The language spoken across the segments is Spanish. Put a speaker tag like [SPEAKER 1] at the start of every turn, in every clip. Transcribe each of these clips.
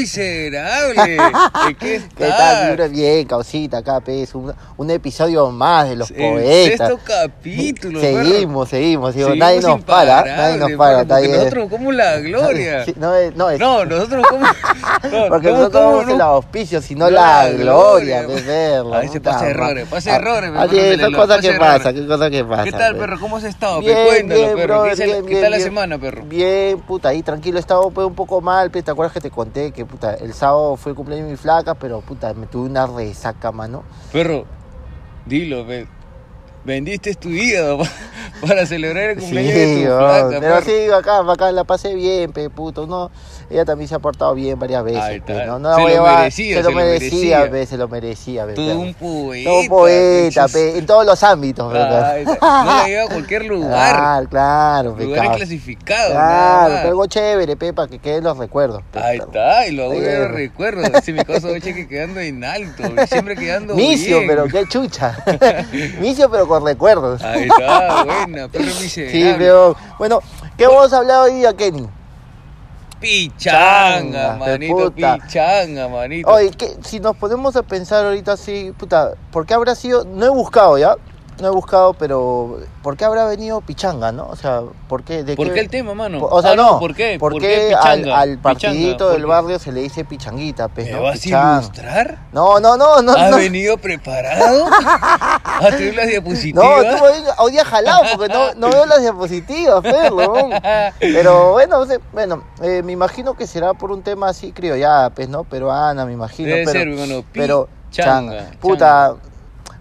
[SPEAKER 1] miserable! ¿De qué estás?
[SPEAKER 2] ¿Qué tal? Libro? Bien, causita, acá es un, un episodio más de los
[SPEAKER 1] El
[SPEAKER 2] poetas.
[SPEAKER 1] sexto capítulo, perro.
[SPEAKER 2] Seguimos, seguimos, digo, nadie nos
[SPEAKER 1] Seguimos
[SPEAKER 2] para, nadie
[SPEAKER 1] imparables,
[SPEAKER 2] nos para,
[SPEAKER 1] perro,
[SPEAKER 2] está
[SPEAKER 1] porque
[SPEAKER 2] bien.
[SPEAKER 1] Nosotros como la gloria.
[SPEAKER 2] Sí, no, es, no, es-
[SPEAKER 1] No, nosotros como. no,
[SPEAKER 2] porque
[SPEAKER 1] ¿cómo-
[SPEAKER 2] nosotros
[SPEAKER 1] cómo
[SPEAKER 2] vamos
[SPEAKER 1] no?
[SPEAKER 2] en los auspicios, sino la, gloria,
[SPEAKER 1] güey.
[SPEAKER 2] de verlo. Ah,
[SPEAKER 1] A veces pasa errores, pasa errores, mi
[SPEAKER 2] Así
[SPEAKER 1] hermano,
[SPEAKER 2] es,
[SPEAKER 1] de
[SPEAKER 2] son
[SPEAKER 1] la-
[SPEAKER 2] cosas
[SPEAKER 1] pasa
[SPEAKER 2] que
[SPEAKER 1] errores.
[SPEAKER 2] pasan, qué cosas que pasan.
[SPEAKER 1] ¿Qué tal,
[SPEAKER 2] pues.
[SPEAKER 1] perro? ¿Cómo has estado?
[SPEAKER 2] Bien,
[SPEAKER 1] pe? Cuéntanos, perro.
[SPEAKER 2] bien,
[SPEAKER 1] ¿Qué,
[SPEAKER 2] brother,
[SPEAKER 1] es el-
[SPEAKER 2] bien,
[SPEAKER 1] qué
[SPEAKER 2] bien,
[SPEAKER 1] tal la
[SPEAKER 2] bien.
[SPEAKER 1] semana, perro?
[SPEAKER 2] Bien, puta, ahí tranquilo, he estado pues, un poco mal, pe, ¿te acuerdas que te conté que puta, el sábado fue el cumpleaños de mi flaca, pero puta, me tuve una resaca, mano?
[SPEAKER 1] Perro, dilo, pe. Vendiste tu hígado pa- para celebrar el
[SPEAKER 2] Sí,
[SPEAKER 1] cumpleaños de tu
[SPEAKER 2] weón,
[SPEAKER 1] flaca,
[SPEAKER 2] pero
[SPEAKER 1] perro.
[SPEAKER 2] sí, acá, acá la pasé bien, pe, puto, no, ella también se ha portado bien varias veces,
[SPEAKER 1] Ahí está.
[SPEAKER 2] pe, no,
[SPEAKER 1] Se
[SPEAKER 2] la voy a
[SPEAKER 1] lo
[SPEAKER 2] llevar-
[SPEAKER 1] merecía,
[SPEAKER 2] se lo
[SPEAKER 1] se lo
[SPEAKER 2] merecía,
[SPEAKER 1] merecía.
[SPEAKER 2] pe, se lo merecía, pe,
[SPEAKER 1] Todo
[SPEAKER 2] perro.
[SPEAKER 1] un poeta.
[SPEAKER 2] Todo poeta,
[SPEAKER 1] pe.
[SPEAKER 2] pe, en todos los ámbitos, pe,
[SPEAKER 1] Ah, ahí
[SPEAKER 2] perro.
[SPEAKER 1] está. No la lleva a cualquier lugar.
[SPEAKER 2] Claro, claro, pe,
[SPEAKER 1] Lugares
[SPEAKER 2] cabrón.
[SPEAKER 1] clasificados. nada
[SPEAKER 2] Claro,
[SPEAKER 1] más.
[SPEAKER 2] pe, algo chévere, pe, para que queden los recuerdos, pe,
[SPEAKER 1] Ahí
[SPEAKER 2] perro.
[SPEAKER 1] está, y lo hago de
[SPEAKER 2] Perro.
[SPEAKER 1] recuerdo. Si mi cosa oye que quedando en alto, siempre quedando
[SPEAKER 2] Micio,
[SPEAKER 1] bien.
[SPEAKER 2] pero qué chucha. Micio, pero con recuerdos.
[SPEAKER 1] Ahí está, buena, perro miserable.
[SPEAKER 2] Sí, pero bueno, ¿qué vamos a hablar hoy día, Kenny?
[SPEAKER 1] Pichanga,
[SPEAKER 2] Changa,
[SPEAKER 1] manito,
[SPEAKER 2] puta.
[SPEAKER 1] pichanga, manito.
[SPEAKER 2] Oye, que si nos ponemos a pensar ahorita así, puta, ¿por qué habrá sido? No he buscado ya, no he buscado, pero ¿por qué habrá venido Pichanga, no? O sea, ¿por qué? ¿De
[SPEAKER 1] ¿Por qué el tema, mano?
[SPEAKER 2] O sea,
[SPEAKER 1] Ah,
[SPEAKER 2] no,
[SPEAKER 1] ¿por qué?
[SPEAKER 2] ¿Por, qué, al,
[SPEAKER 1] pichanga?
[SPEAKER 2] al partidito
[SPEAKER 1] Pichanga, ¿por
[SPEAKER 2] del
[SPEAKER 1] qué?
[SPEAKER 2] barrio se le dice Pichanguita? Pues,
[SPEAKER 1] ¿Me
[SPEAKER 2] ¿no?
[SPEAKER 1] vas
[SPEAKER 2] Pichanga.
[SPEAKER 1] a Ah, ilustrar?
[SPEAKER 2] No, no, no, no.
[SPEAKER 1] ¿Has
[SPEAKER 2] no.
[SPEAKER 1] venido preparado? ¿Has traído las
[SPEAKER 2] No,
[SPEAKER 1] diapositivas?
[SPEAKER 2] estuvo hoy, hoy día jalado porque no, no veo las diapositivas, perro. Pero bueno, o sea, bueno eh, me imagino que será por un tema así criollada, pues, ¿no? Peruana, me imagino.
[SPEAKER 1] Debe
[SPEAKER 2] pero,
[SPEAKER 1] ser, hermano.
[SPEAKER 2] pero,
[SPEAKER 1] Pichanga,
[SPEAKER 2] changa. Puta,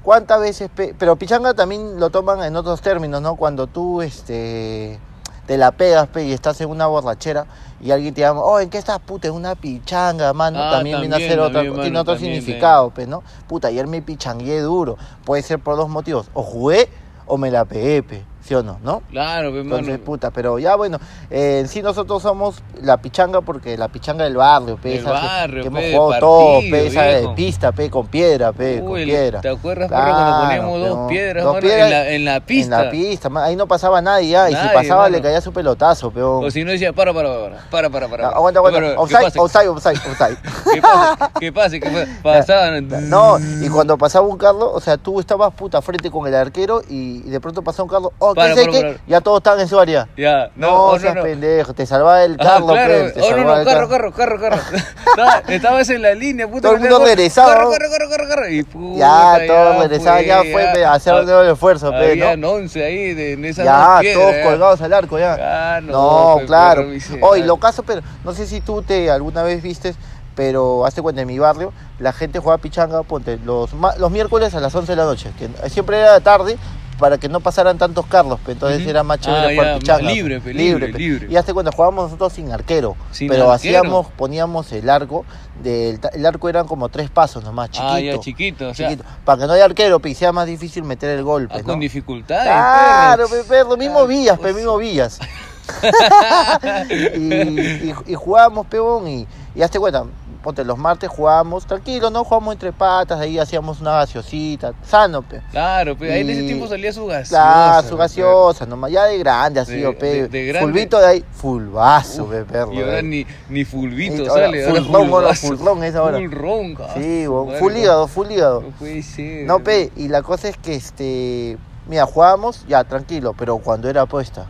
[SPEAKER 2] ¿cuántas veces? pe- Pero pichanga también lo toman en otros términos, ¿no? Cuando tú, este... Te la pegas, pe, y estás en una borrachera y alguien te llama, oh, ¿en qué estás, puta? En una pichanga, mano.
[SPEAKER 1] Ah,
[SPEAKER 2] también, viene a
[SPEAKER 1] también,
[SPEAKER 2] ser otra,
[SPEAKER 1] también,
[SPEAKER 2] tiene
[SPEAKER 1] mano,
[SPEAKER 2] otro
[SPEAKER 1] también,
[SPEAKER 2] significado, pe, pues, ¿no? Puta, ayer me pichangué duro. Puede ser por dos motivos. O jugué o me la pegué, pe. ¿Sí o no? ¿No?
[SPEAKER 1] Claro, pues, mi
[SPEAKER 2] Entonces,
[SPEAKER 1] hermano.
[SPEAKER 2] puta, pero ya bueno, eh, en sí nosotros somos la pichanga porque la pichanga del barrio, pe,
[SPEAKER 1] Del
[SPEAKER 2] esa que-
[SPEAKER 1] barrio,
[SPEAKER 2] que hemos
[SPEAKER 1] pe, de
[SPEAKER 2] jugado todo,
[SPEAKER 1] partido,
[SPEAKER 2] pe, esa de
[SPEAKER 1] viejo.
[SPEAKER 2] pista, pe, con piedra, pe, con
[SPEAKER 1] Uy,
[SPEAKER 2] piedra.
[SPEAKER 1] ¿Te acuerdas, perro, cuando
[SPEAKER 2] Claro,
[SPEAKER 1] poníamos
[SPEAKER 2] pero-
[SPEAKER 1] dos piedras,
[SPEAKER 2] dos
[SPEAKER 1] mano,
[SPEAKER 2] piedras
[SPEAKER 1] en, la, en la pista?
[SPEAKER 2] En la pista, ma- ahí no pasaba nadie ya, y si
[SPEAKER 1] Nadie,
[SPEAKER 2] pasaba le
[SPEAKER 1] mano.
[SPEAKER 2] caía su pelotazo, peón.
[SPEAKER 1] O si no decía, para, para, para, para, para, para.
[SPEAKER 2] Ah, aguanta, aguanta,
[SPEAKER 1] Pero, ¿qué
[SPEAKER 2] offside,
[SPEAKER 1] pasa?
[SPEAKER 2] offside, offside, offside.
[SPEAKER 1] ¿Qué pasa? ¿Qué pasa? ¿Qué pasa? Pasaban.
[SPEAKER 2] No, y cuando pasaba un carro, o sea, tú estabas puta frente con el arquero y, y de pronto pasaba un carro, oh, ¿qué
[SPEAKER 1] Para,
[SPEAKER 2] sé
[SPEAKER 1] para,
[SPEAKER 2] qué?
[SPEAKER 1] para.
[SPEAKER 2] Ya todos estaban en su área.
[SPEAKER 1] Ya, no,
[SPEAKER 2] No,
[SPEAKER 1] oh, no,
[SPEAKER 2] seas
[SPEAKER 1] no.
[SPEAKER 2] pendejo, este, te salvaba el
[SPEAKER 1] Ah,
[SPEAKER 2] carro,
[SPEAKER 1] claro.
[SPEAKER 2] pe, te
[SPEAKER 1] Oh, no,
[SPEAKER 2] salvaba
[SPEAKER 1] no,
[SPEAKER 2] el
[SPEAKER 1] carro,
[SPEAKER 2] carro.
[SPEAKER 1] carro, carro, carro. Estaba- Estabas en la línea, puta.
[SPEAKER 2] Todo el mundo
[SPEAKER 1] carro,
[SPEAKER 2] regresaba.
[SPEAKER 1] Carro, carro, carro, carro, carro. Y puta,
[SPEAKER 2] Ya, todos regresaban,
[SPEAKER 1] fue,
[SPEAKER 2] ya fue pe, a hacer
[SPEAKER 1] Ah,
[SPEAKER 2] un nuevo esfuerzo, pe, ¿no?
[SPEAKER 1] Habían 11 ahí de, en esas
[SPEAKER 2] Ya,
[SPEAKER 1] dos piedras.
[SPEAKER 2] todos
[SPEAKER 1] ya.
[SPEAKER 2] colgados al arco, ya.
[SPEAKER 1] Ah,
[SPEAKER 2] no,
[SPEAKER 1] no, pe,
[SPEAKER 2] claro.
[SPEAKER 1] perro miserable.
[SPEAKER 2] Hoy, lo caso, pero no sé si tú te alguna vez viste, pero hace cuenta en mi barrio, la gente juega pichanga, ponte, los, ma- los miércoles a las 11 de la noche, que siempre era tarde para que no pasaran tantos carros, pe, entonces
[SPEAKER 1] Ujú.
[SPEAKER 2] era más chévere
[SPEAKER 1] Ah,
[SPEAKER 2] jugar
[SPEAKER 1] ya, más
[SPEAKER 2] pichanga. pe.
[SPEAKER 1] libre, pe, libre,
[SPEAKER 2] pe.
[SPEAKER 1] libre.
[SPEAKER 2] Y hace cuenta, jugábamos nosotros sin arquero,
[SPEAKER 1] Sin
[SPEAKER 2] pero
[SPEAKER 1] arquero.
[SPEAKER 2] hacíamos, poníamos el arco, del, ta- el arco eran como tres pasos nomás, chiquito.
[SPEAKER 1] Ah, ya, chiquito. O sea,
[SPEAKER 2] chiquito, para que no haya arquero, pe, y sea más difícil meter el golpe.
[SPEAKER 1] ah, con
[SPEAKER 2] ¿no?
[SPEAKER 1] dificultades.
[SPEAKER 2] Claro,
[SPEAKER 1] perro.
[SPEAKER 2] pe, perro, mismo
[SPEAKER 1] Ay,
[SPEAKER 2] Villas, pe,
[SPEAKER 1] pues.
[SPEAKER 2] mismo Villas. y, y, y jugábamos, peón, y, y hazte cuenta, ponte, los martes jugábamos, tranquilo, ¿no? Jugábamos entre patas, ahí hacíamos una gaseosita, sano, pe.
[SPEAKER 1] Claro, pero ahí en ese
[SPEAKER 2] Y-
[SPEAKER 1] tiempo salía su gaseosa.
[SPEAKER 2] Claro, su
[SPEAKER 1] pe,
[SPEAKER 2] gaseosa, nomás, ya de grande así,
[SPEAKER 1] De-
[SPEAKER 2] o, pe.
[SPEAKER 1] de- de grande.
[SPEAKER 2] Fulbito de ahí, fulbazo,
[SPEAKER 1] Uf,
[SPEAKER 2] pe, perro.
[SPEAKER 1] Y ahora
[SPEAKER 2] eh.
[SPEAKER 1] ni, ni fulvito
[SPEAKER 2] Ahora,
[SPEAKER 1] sale.
[SPEAKER 2] full ron, ahora
[SPEAKER 1] fulvazo.
[SPEAKER 2] full ron es ahora.
[SPEAKER 1] Full ron, cabrón.
[SPEAKER 2] Sí, bo,
[SPEAKER 1] Madre,
[SPEAKER 2] full
[SPEAKER 1] no-
[SPEAKER 2] hígado, full hígado.
[SPEAKER 1] No puede ser.
[SPEAKER 2] No, pe, y la cosa es que, este, mira, jugábamos, ya, tranquilo, pero cuando era apuesta.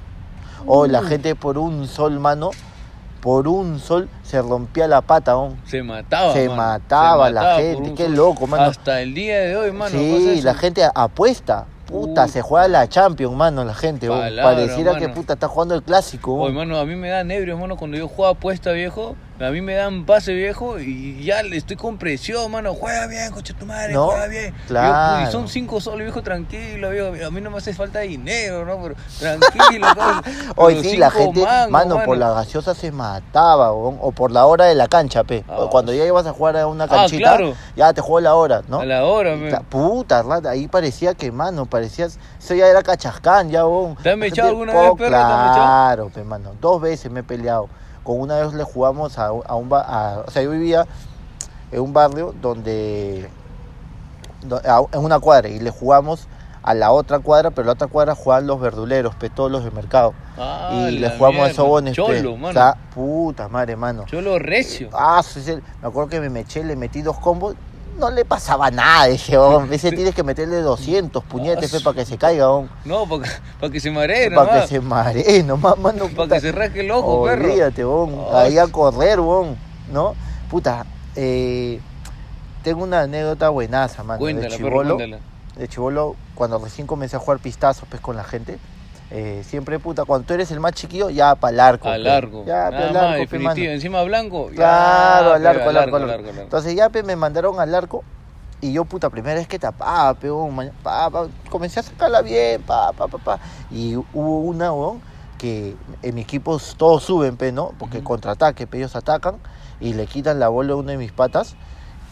[SPEAKER 2] O la gente por un sol, mano, por un sol se rompía la pata, ¿on?
[SPEAKER 1] Se mataba.
[SPEAKER 2] Se
[SPEAKER 1] mano.
[SPEAKER 2] mataba la
[SPEAKER 1] mataba por
[SPEAKER 2] gente,
[SPEAKER 1] un
[SPEAKER 2] qué
[SPEAKER 1] sol.
[SPEAKER 2] loco, mano.
[SPEAKER 1] Hasta el día de hoy, mano. pasa
[SPEAKER 2] sí,
[SPEAKER 1] eso.
[SPEAKER 2] la gente apuesta. Puta,
[SPEAKER 1] Puta.
[SPEAKER 2] se juega la Champions, mano, la gente. ¿on?
[SPEAKER 1] Palabra,
[SPEAKER 2] Pareciera que
[SPEAKER 1] mano.
[SPEAKER 2] puta está jugando el clásico. ¿on?
[SPEAKER 1] Oye, mano, a mí me dan nervios, mano, cuando yo juego apuesta, viejo. A mí me dan pase, viejo, y ya le estoy con presión, mano. Juega bien, coche tu madre,
[SPEAKER 2] No,
[SPEAKER 1] juega bien. Yo,
[SPEAKER 2] claro.
[SPEAKER 1] "Uy, son cinco soles, viejo, tranquilo, viejo. A mí no me hace falta dinero, ¿no? Pero tranquilo, cosa.
[SPEAKER 2] Hoy
[SPEAKER 1] Pero
[SPEAKER 2] sí, la
[SPEAKER 1] cinco
[SPEAKER 2] gente,
[SPEAKER 1] mangos,
[SPEAKER 2] mano, por la gaseosa se mataba, huevón, o por la hora de la cancha, pe. O
[SPEAKER 1] Ah.
[SPEAKER 2] Cuando ya ibas a jugar a una
[SPEAKER 1] Ah,
[SPEAKER 2] canchita,
[SPEAKER 1] claro.
[SPEAKER 2] ya te jugó la hora, ¿no?
[SPEAKER 1] A la hora,
[SPEAKER 2] Y
[SPEAKER 1] me.
[SPEAKER 2] la puta, rata, ahí parecía que, mano, parecías, eso ya era cachascán, ya, huevón.
[SPEAKER 1] ¿Te han
[SPEAKER 2] La
[SPEAKER 1] echado
[SPEAKER 2] gente
[SPEAKER 1] alguna vez,
[SPEAKER 2] po-
[SPEAKER 1] perro? ¿Te han echado?
[SPEAKER 2] oh, Claro, pe, mano, dos veces me he peleado. Con una vez le jugamos a, un- a un ba- a- o sea, yo vivía en un barrio donde, do- a- en una cuadra, y le jugamos a la otra cuadra, pero la otra cuadra juegan los verduleros, pe, todos los de mercado.
[SPEAKER 1] Ah,
[SPEAKER 2] y
[SPEAKER 1] la
[SPEAKER 2] les jugamos a
[SPEAKER 1] mierda.
[SPEAKER 2] esos bones, pe.
[SPEAKER 1] Cholo, mano.
[SPEAKER 2] Está puta madre, mano.
[SPEAKER 1] Cholo recio.
[SPEAKER 2] Ah, sí, sí. me acuerdo que me meché, le metí dos combos, no le pasaba nada, dije, "Oh, ese tienes que meterle 200 puñetes, pe, para que se caiga, oh".
[SPEAKER 1] No, para que se maree,
[SPEAKER 2] para
[SPEAKER 1] nomás.
[SPEAKER 2] que se maree, nomás, mano.
[SPEAKER 1] Pa'
[SPEAKER 2] puta.
[SPEAKER 1] que se rasque el ojo, perro.
[SPEAKER 2] Olvídate, bon.
[SPEAKER 1] Ah,
[SPEAKER 2] Ahí a correr, bon. ¿No? Puta, eh, tengo una anécdota buenaza, mano.
[SPEAKER 1] Cuéntala,
[SPEAKER 2] de
[SPEAKER 1] perro,
[SPEAKER 2] chivolo,
[SPEAKER 1] cuéntala.
[SPEAKER 2] de chivolo, cuando recién comencé a jugar pistazos, pues, con la gente. eh, siempre, puta, cuando tú eres el más chiquillo, ya para largo.
[SPEAKER 1] A largo. Nada
[SPEAKER 2] Ya, para
[SPEAKER 1] más,
[SPEAKER 2] largo, pe,
[SPEAKER 1] definitivo.
[SPEAKER 2] mano.
[SPEAKER 1] Encima blanco. ya,
[SPEAKER 2] Claro, al
[SPEAKER 1] pe,
[SPEAKER 2] arco, al arco, al
[SPEAKER 1] al
[SPEAKER 2] arco.
[SPEAKER 1] al arco.
[SPEAKER 2] Entonces ya pe, me mandaron al arco y yo, puta, primera vez que tapaba, peón, ma- pa, pa, comencé a sacarla bien, pa, pa, pa, pa. Y hubo una, weón, que en mi equipo s- todos suben, pe, ¿no? Porque
[SPEAKER 1] Ujú.
[SPEAKER 2] contraataque, pe, ellos atacan y le quitan la bola a uno de mis patas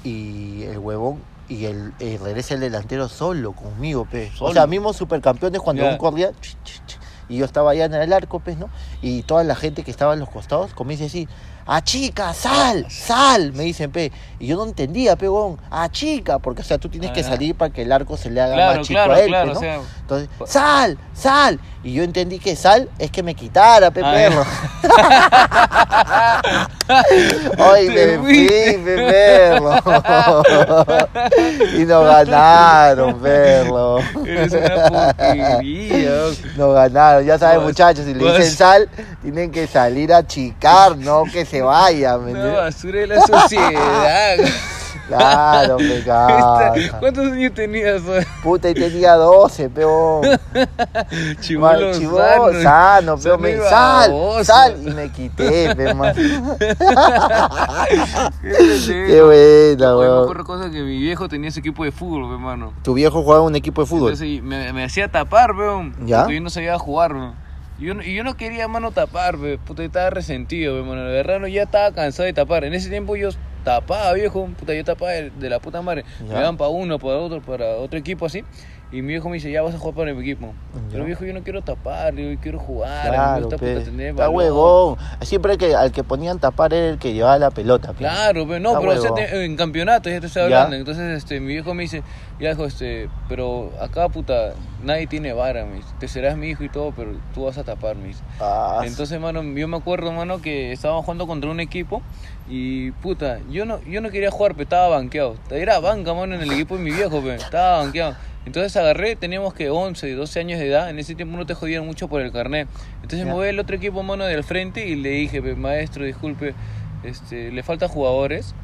[SPEAKER 2] y el huevón y el, eh, regresa el delantero solo conmigo, pe. O sea,
[SPEAKER 1] Solo.
[SPEAKER 2] mismos supercampeones cuando
[SPEAKER 1] Ya.
[SPEAKER 2] un corría, ch, ch, ch, y yo estaba allá en el arco, pues, ¿no? Y toda la gente que estaba en los costados comienza así, ¡A "Ah, chica, sal, sal! Me dicen, pe. Y yo no entendía, pegón, ¡A chica! Porque, o sea, tú tienes que
[SPEAKER 1] Ah.
[SPEAKER 2] salir para que el arco se le haga
[SPEAKER 1] Claro,
[SPEAKER 2] más chico
[SPEAKER 1] claro,
[SPEAKER 2] a él, pe,
[SPEAKER 1] claro.
[SPEAKER 2] ¿no?
[SPEAKER 1] O sea,
[SPEAKER 2] Entonces, ¡sal, sal! Y yo entendí que sal es que me quitara, pe,
[SPEAKER 1] Ah,
[SPEAKER 2] perro. Ay,
[SPEAKER 1] Te
[SPEAKER 2] me fui,
[SPEAKER 1] fuiste.
[SPEAKER 2] pe, perro. y nos ganaron, perro.
[SPEAKER 1] eres una porquería.
[SPEAKER 2] No ganaron, ya saben
[SPEAKER 1] Vas-
[SPEAKER 2] muchachos, si le
[SPEAKER 1] vas-
[SPEAKER 2] dicen sal, tienen que salir a chicar, no que se vayan, ¿me
[SPEAKER 1] Una
[SPEAKER 2] entiendes?
[SPEAKER 1] basura de la sociedad.
[SPEAKER 2] Claro, me
[SPEAKER 1] Esta-
[SPEAKER 2] caga.
[SPEAKER 1] ¿Cuántos años tenías?
[SPEAKER 2] Puta, y tenía 12, peón.
[SPEAKER 1] Chivolo
[SPEAKER 2] Mal- chivo-
[SPEAKER 1] sano.
[SPEAKER 2] sano, peón.
[SPEAKER 1] y
[SPEAKER 2] Me, sal,
[SPEAKER 1] baboso.
[SPEAKER 2] sal. Y me quité, pe, man. Qué
[SPEAKER 1] Qué
[SPEAKER 2] buena,
[SPEAKER 1] Oye, me
[SPEAKER 2] weón.
[SPEAKER 1] acuerdo cosa que mi viejo tenía ese equipo de fútbol, hermano.
[SPEAKER 2] Tu viejo jugaba en un equipo de fútbol.
[SPEAKER 1] Entonces y me, me hacía tapar, weón.
[SPEAKER 2] ¿Ya?
[SPEAKER 1] Porque yo no sabía jugar, weón. Y yo, no- y yo no quería, mano, tapar, weón. Puta, yo estaba resentido, weón. mano. De verdad, no, ya estaba cansado de tapar. En ese tiempo yo tapaba, viejo. Puta, yo tapaba de, de la puta madre.
[SPEAKER 2] Ya.
[SPEAKER 1] Me daban para uno, para otro, para otro equipo así. Y mi viejo me dice, ya vas a jugar para mi equipo.
[SPEAKER 2] Ya.
[SPEAKER 1] Pero viejo, yo no quiero tapar, le digo, yo quiero jugar. a mí me
[SPEAKER 2] Claro,
[SPEAKER 1] gusta,
[SPEAKER 2] pe.
[SPEAKER 1] puta, tener
[SPEAKER 2] Está
[SPEAKER 1] balón".
[SPEAKER 2] huevón. Siempre que al que ponían tapar era el que llevaba la pelota. pe.
[SPEAKER 1] Claro, pero no,
[SPEAKER 2] Está
[SPEAKER 1] pero o sea,
[SPEAKER 2] huevón.
[SPEAKER 1] te- en campeonato ya te estoy
[SPEAKER 2] Ya.
[SPEAKER 1] hablando. Entonces, este, mi viejo me dice, ya hijo, este, pero acá puta, nadie tiene vara, me dice. Te serás mi hijo y todo, pero tú vas a tapar, me dice.
[SPEAKER 2] Ah,
[SPEAKER 1] Entonces, mano, yo me acuerdo, mano, que estábamos jugando contra un equipo y puta, yo no, yo no quería jugar, pero estaba banqueado. Era banca, mano, en el equipo de mi viejo, pero estaba banqueado. Entonces agarré, teníamos que 11, 12 años de edad, en ese tiempo no te jodían mucho por el carnet. Entonces
[SPEAKER 2] Ya.
[SPEAKER 1] me voy al otro equipo, mano, del frente y le dije, "Pe, maestro, disculpe, este, le faltan jugadores.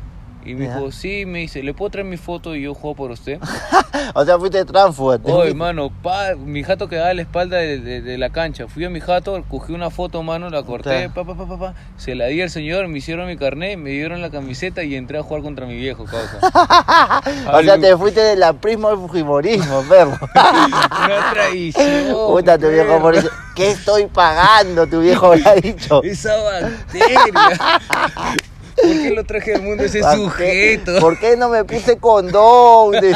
[SPEAKER 1] Y me
[SPEAKER 2] Ya.
[SPEAKER 1] dijo, sí, me dice, ¿le puedo traer mi foto y yo juego por usted?
[SPEAKER 2] O sea, fuiste transfuga. te
[SPEAKER 1] Oye,
[SPEAKER 2] fuiste.
[SPEAKER 1] mano, pa, mi jato quedaba a la espalda de, de- de la cancha. Fui a mi jato, cogí una foto, mano, la corté,
[SPEAKER 2] Puta.
[SPEAKER 1] pa, pa, pa, pa, pa, se la di al señor, me hicieron mi carnet, me dieron la camiseta y entré a jugar contra mi viejo, causa.
[SPEAKER 2] O sea, te fuiste del aprismo al fujimorismo, perro.
[SPEAKER 1] Una traición.
[SPEAKER 2] Puta, tu viejo
[SPEAKER 1] perro.
[SPEAKER 2] por eso. ¿Qué estoy pagando? Tu viejo me ha dicho.
[SPEAKER 1] Esa bacteria. ¿Por qué lo traje al mundo ese
[SPEAKER 2] ¿Por qué-
[SPEAKER 1] sujeto?
[SPEAKER 2] ¿Por qué no me puse condón?
[SPEAKER 1] Oh,
[SPEAKER 2] qué